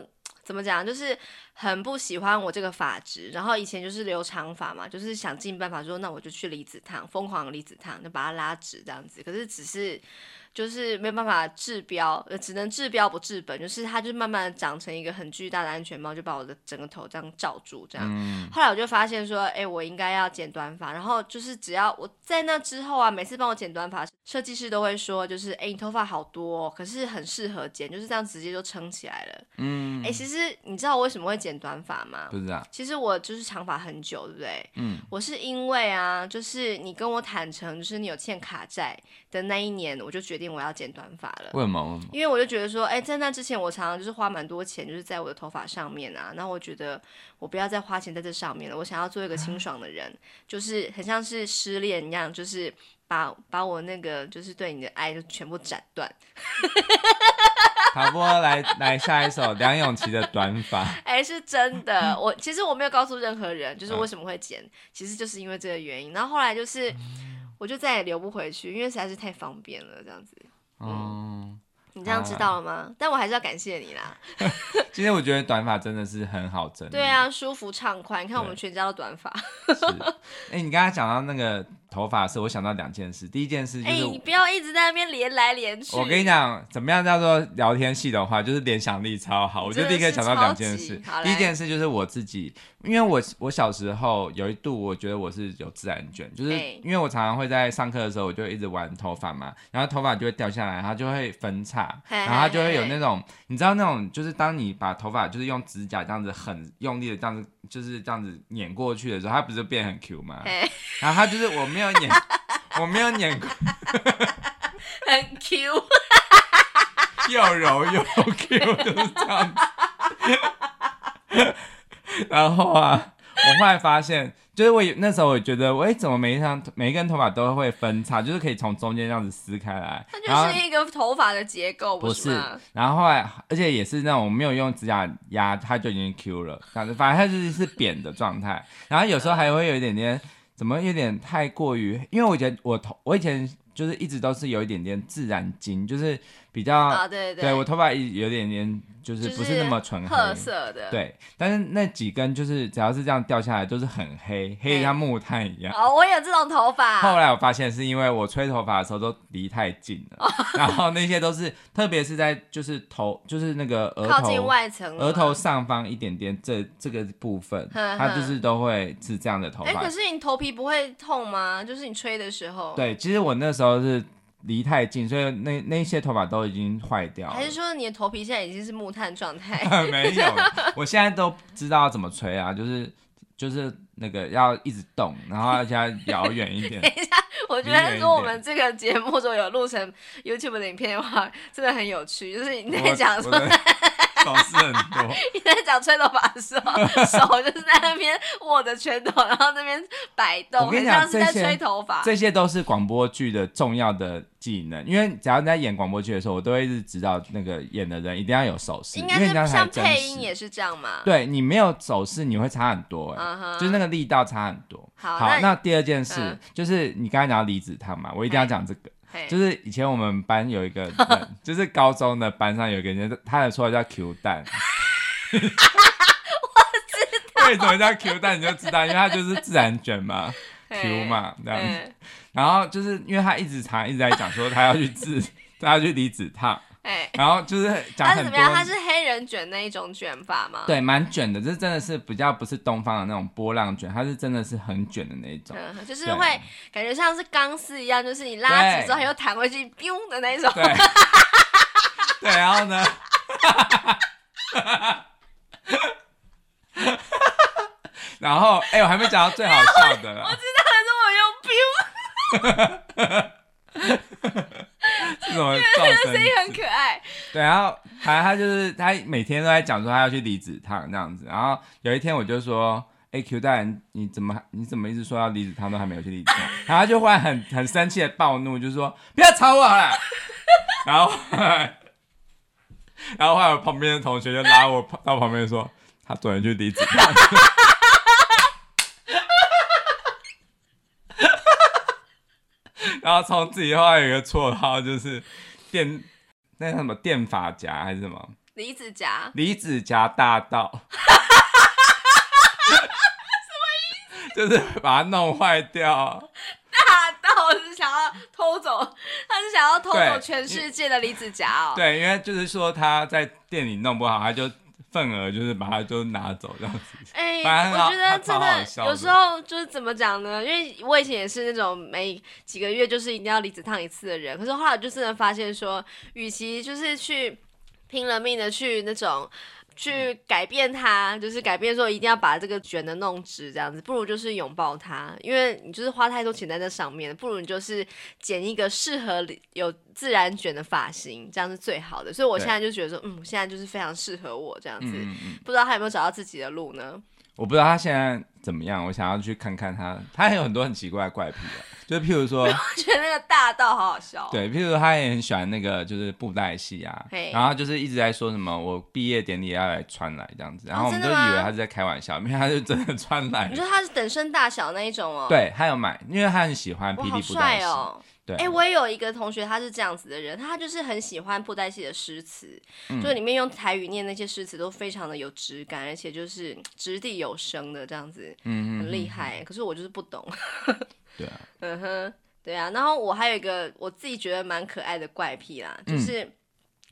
[SPEAKER 1] 怎么讲，啊就是很不喜欢我这个发质。然后以前就是留长发嘛，就是想尽办法说，那我就去离子烫，疯狂离子烫，就把它拉直这样子。可是只是就是没有办法治标，呃，只能治标不治本，就是它就慢慢地长成一个很巨大的安全帽，就把我的整个头这样罩住，这样。
[SPEAKER 2] 嗯，
[SPEAKER 1] 后来我就发现说，哎、我应该要剪短发。然后就是只要我在那之后啊，每次帮我剪短发，设计师都会说，就是哎、诶你头发好多、哦，可是很适合剪，就是这样直接就撑起来了。嗯，哎、其实你知道我为什么会剪短发吗？
[SPEAKER 2] 不知道。
[SPEAKER 1] 其实我就是长发很久，对不对？
[SPEAKER 2] 嗯，
[SPEAKER 1] 我是因为啊，就是你跟我坦诚，就是你有欠卡债的那一年，我就决定我要剪短发了。
[SPEAKER 2] 为什么？为什么？
[SPEAKER 1] 因为我就觉得说，哎、在那之前，我常常就是花蛮多钱，就是在我的头发上面啊。然后我觉得我不要再花钱在这上面了，我想要做一个清爽的 人，就是很像是失恋一样，就是把把我那个就是对你的爱就全部斩断。
[SPEAKER 2] 好，波来来下一首梁咏琪的《短发》。
[SPEAKER 1] 哎、是真 的，我其实我没有告诉任何人，就是
[SPEAKER 2] 嗯
[SPEAKER 1] 为什么会剪，其实就是因为这个原因。然后后来就是。我就再也留不回去，因为实在是太方便了，这样子。
[SPEAKER 2] 嗯，
[SPEAKER 1] 你这样知道了吗？但我还是要感谢你啦。
[SPEAKER 2] 今天我觉得短发真的是很好整理。
[SPEAKER 1] 对啊，舒服畅快。你看我们
[SPEAKER 2] 嗯对
[SPEAKER 1] 全家都短发。
[SPEAKER 2] 是。哎、你刚才讲到那个头发的事，我想到两件事。第一件事就
[SPEAKER 1] 哎、
[SPEAKER 2] 是，
[SPEAKER 1] 你不要一直在那边连来连去。
[SPEAKER 2] 我跟你讲，怎么样叫做聊天系的话，就是联想力超好。我就
[SPEAKER 1] 真的
[SPEAKER 2] 立刻
[SPEAKER 1] 是
[SPEAKER 2] 想到
[SPEAKER 1] 超
[SPEAKER 2] 两件
[SPEAKER 1] 级
[SPEAKER 2] 事
[SPEAKER 1] 好。
[SPEAKER 2] 第一
[SPEAKER 1] 来
[SPEAKER 2] 件事就是我自己，因为我我小时候有一度，我觉得我是有自然卷，就是
[SPEAKER 1] 哎
[SPEAKER 2] 因为我常常会在上课的时候，我就一直玩头发嘛，然后头发就会掉下来，它就会分叉，
[SPEAKER 1] 嘿
[SPEAKER 2] 然后它就会有
[SPEAKER 1] 嘿嘿
[SPEAKER 2] 那种，你知道那种，就是当你把头发就是用指甲这样子很用力的这样子，就是这样子碾过去的时候，它不是变很 Q 吗？
[SPEAKER 1] 嘿
[SPEAKER 2] 然后它就是我没有 碾，我没有碾过，
[SPEAKER 1] 很 Q，
[SPEAKER 2] 又柔又 Q，就是这样子。然后啊，我后来发现，就是我也那时候我觉得，我哎、怎么每一张每一根头发都会分叉，就是可以从中间这样子撕开来。
[SPEAKER 1] 它
[SPEAKER 2] 然后
[SPEAKER 1] 就是一个头发的结构，
[SPEAKER 2] 不
[SPEAKER 1] 是
[SPEAKER 2] 是
[SPEAKER 1] 吗？，
[SPEAKER 2] 然后后来，而且也是那种没有用指甲压，它就已经 Q 了，反正反正它就是是扁的状态，然后有时候还会有一点点，怎么有点太过于，因为我以前我头我以前就是一直都是有一点点自然金，就是比较、
[SPEAKER 1] 啊，对对
[SPEAKER 2] 对我头发一有点点就是
[SPEAKER 1] 就是
[SPEAKER 2] 不是那么纯黑，
[SPEAKER 1] 褐色的。。
[SPEAKER 2] 对，但是那几根就是只要是这样掉下来都是很黑，黑的
[SPEAKER 1] 哎
[SPEAKER 2] 像木炭一样。
[SPEAKER 1] 哦，我有这种头
[SPEAKER 2] 后
[SPEAKER 1] 发。
[SPEAKER 2] 来我发现是因为我吹头发的时候都离太近
[SPEAKER 1] 哦
[SPEAKER 2] 了，然后那些都是，特别是在就是头就是那个额
[SPEAKER 1] 靠近
[SPEAKER 2] 头
[SPEAKER 1] 外啊层了
[SPEAKER 2] 额头
[SPEAKER 1] 吗。
[SPEAKER 2] 上方一点点这这个部分，
[SPEAKER 1] 哼
[SPEAKER 2] 它就是都会是这样的头
[SPEAKER 1] 哎、
[SPEAKER 2] 发
[SPEAKER 1] 可。是你头皮不会痛吗？就是你吹的时候。。
[SPEAKER 2] 对，其实我那时候是离太近，所以那那些头发都已经坏掉了
[SPEAKER 1] 还。是说你的头皮现在已经是木炭状态？
[SPEAKER 2] 没有，我现在都知道要怎么吹啊，就是就是那个要一直动，然后而且要遥远一点。
[SPEAKER 1] 我觉
[SPEAKER 2] 离远
[SPEAKER 1] 得
[SPEAKER 2] 一
[SPEAKER 1] 说我
[SPEAKER 2] 点
[SPEAKER 1] 们这个节目如果有录成 YouTube 的影片的话，真的很有趣。就是 你在
[SPEAKER 2] 我
[SPEAKER 1] 讲
[SPEAKER 2] 我
[SPEAKER 1] 说，
[SPEAKER 2] 的手势很多。
[SPEAKER 1] 你在讲吹头发的时 候，手就是在那边握着拳头，然后那边摆动，
[SPEAKER 2] 我跟
[SPEAKER 1] 很
[SPEAKER 2] 你讲
[SPEAKER 1] 像是在
[SPEAKER 2] 这些
[SPEAKER 1] 吹头发。
[SPEAKER 2] 这些都是广播剧的重要的技能，因为只要你在演广播剧的时候，我都会一直指导那个演的人一定要有手势，
[SPEAKER 1] 应
[SPEAKER 2] 因为
[SPEAKER 1] 该
[SPEAKER 2] 你这样
[SPEAKER 1] 是
[SPEAKER 2] 才
[SPEAKER 1] 像
[SPEAKER 2] 真
[SPEAKER 1] 配
[SPEAKER 2] 实
[SPEAKER 1] 音也是这样嘛。
[SPEAKER 2] 对你没有手势，你会差很多、哎、
[SPEAKER 1] 嗯哼
[SPEAKER 2] 就是那个力道差很多。
[SPEAKER 1] 好
[SPEAKER 2] 好，
[SPEAKER 1] 那
[SPEAKER 2] 那第二件事、
[SPEAKER 1] 嗯哎
[SPEAKER 2] 就是你刚才讲到离子烫嘛，我一定要
[SPEAKER 1] 嘿
[SPEAKER 2] 讲这个。
[SPEAKER 1] 嘿
[SPEAKER 2] 就是以前我们班有一 个人，就是高中的班上有一个人，他的绰号叫 Q 蛋。我知道为什么叫 Q 蛋，你就知道，因为他就是自然卷嘛
[SPEAKER 1] 嘿
[SPEAKER 2] ，Q 嘛，这样。
[SPEAKER 1] 嗯
[SPEAKER 2] 然后就是因为他一直常一直在讲说他要去治， 他要去离子烫，
[SPEAKER 1] 哎、
[SPEAKER 2] 然后就是讲
[SPEAKER 1] 他是
[SPEAKER 2] 很
[SPEAKER 1] 怎
[SPEAKER 2] 多
[SPEAKER 1] 么样？他是黑人卷那一种卷发吗？，
[SPEAKER 2] 对蛮卷的，这真的是比较不是东方的那种波浪卷，它是真的是很卷的那一 种。
[SPEAKER 1] 嗯，就是
[SPEAKER 2] 对
[SPEAKER 1] 会感觉像是钢丝一样，就是你拉直之后
[SPEAKER 2] 对
[SPEAKER 1] 又弹回去，biu 的那一种。
[SPEAKER 2] 对，对，然后呢？ 然后，哎、我还没讲到最好笑的了，
[SPEAKER 1] 但是 我用 biu
[SPEAKER 2] 是什么造声
[SPEAKER 1] 声音很可爱。
[SPEAKER 2] 对，然后反正他就是他每天都在讲说他要去离子烫这样子，然后有一天我就说。哎、q 大人，你怎么还你怎么一直说要离子烫都还没有去离子烫？ 然后他就忽然很很生气的暴怒，就说不要吵我了。 然后后来，然后后来我旁边的同学就拉我到旁边说，他昨天去离子烫。 然后从此以后还有一个绰号就是电那叫什么电发夹还是什么
[SPEAKER 1] 离子 夹，
[SPEAKER 2] 离子夹大道？ 什么意思？就是把它弄坏掉。
[SPEAKER 1] 大到是想要偷走，他是想要偷走
[SPEAKER 2] 对
[SPEAKER 1] 全世界的离子夹哦。
[SPEAKER 2] 对，因为就是说他在店里弄不好，他就份额就是把它就拿走这样子。
[SPEAKER 1] 哎、
[SPEAKER 2] 反正
[SPEAKER 1] 我
[SPEAKER 2] 好
[SPEAKER 1] 觉得
[SPEAKER 2] 他
[SPEAKER 1] 真
[SPEAKER 2] 超好笑
[SPEAKER 1] 的
[SPEAKER 2] 的
[SPEAKER 1] 有时候就是怎么讲呢？因为我以前也是那种每几个月就是一定要离子烫一次的人，可是后来我就真的发现说，与其就是去拼了命的去那种。去改变它，就是改变说一定要把这个卷的弄直这样子，不如就是拥抱它，因为你就是花太多钱在这上面，不如你就是剪一个适合你有自然卷的发型，这样是最好的。所以我
[SPEAKER 2] 对
[SPEAKER 1] 现在就觉得说，嗯，我现在就是非常适合我这样子，
[SPEAKER 2] 嗯嗯嗯，
[SPEAKER 1] 不知道他有没有找到自己的路呢？
[SPEAKER 2] 我不知道他现在怎么样，我想要去看看他。他还有很多很奇怪的怪癖啊，就是譬 如说。
[SPEAKER 1] 我觉得那个大道好好笑、，哦
[SPEAKER 2] 对，譬如说他也很喜欢那个就是布袋戏啊
[SPEAKER 1] 嘿，
[SPEAKER 2] 然后就是一直在说什么我毕业典礼也要来穿来这样子，然后我们
[SPEAKER 1] 哦真
[SPEAKER 2] 就以
[SPEAKER 1] 的吗
[SPEAKER 2] 为他是在开玩笑，因为他就真的穿来
[SPEAKER 1] 你
[SPEAKER 2] 了。
[SPEAKER 1] 说他是等身大小那一种哦。，
[SPEAKER 2] 对，他有买，因为他很喜欢
[SPEAKER 1] 哇，
[SPEAKER 2] 霹
[SPEAKER 1] 好
[SPEAKER 2] 雳布袋
[SPEAKER 1] 帅
[SPEAKER 2] 戏。
[SPEAKER 1] 哦。
[SPEAKER 2] 对，
[SPEAKER 1] 哎、我也有一个同学，他是这样子的人，他就是很喜欢布袋戏的诗词，
[SPEAKER 2] 嗯
[SPEAKER 1] 就里面用台语念那些诗词都非常的有质感，而且就是嗯掷地有声的这样子，
[SPEAKER 2] 嗯
[SPEAKER 1] 很厉害。欸可是我就是不懂。
[SPEAKER 2] 对啊，
[SPEAKER 1] 嗯哼，对啊，然后我还有一个我自己觉得蛮可爱的怪癖啦，
[SPEAKER 2] 嗯
[SPEAKER 1] 就是、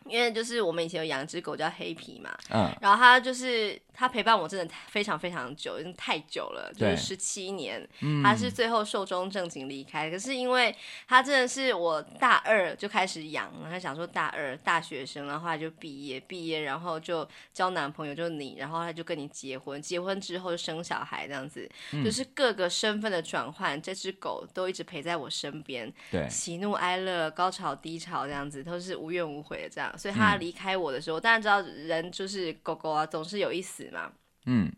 [SPEAKER 1] 因为就是我们以前有养一只狗叫黑皮嘛，
[SPEAKER 2] 嗯，
[SPEAKER 1] 然后它就是它陪伴我真的太非常非常久，真的太久了，就是
[SPEAKER 2] 对
[SPEAKER 1] 十七年，它是最后寿终正寝离开。可是因为它真的是我大二就开始养，然后想说大二大学生，然后后来就毕业，毕业然后就交男朋友就你，然后他就跟你结婚，结婚之后就生小孩这样子，就是各个身份的转换，这只狗都一直陪在我身边，
[SPEAKER 2] 对，
[SPEAKER 1] 喜怒哀乐、高潮低潮这样子，都是无怨无悔的这样。所以他离开我的时候，我当然知道人就是狗狗啊，总是有一死嘛。
[SPEAKER 2] 嗯，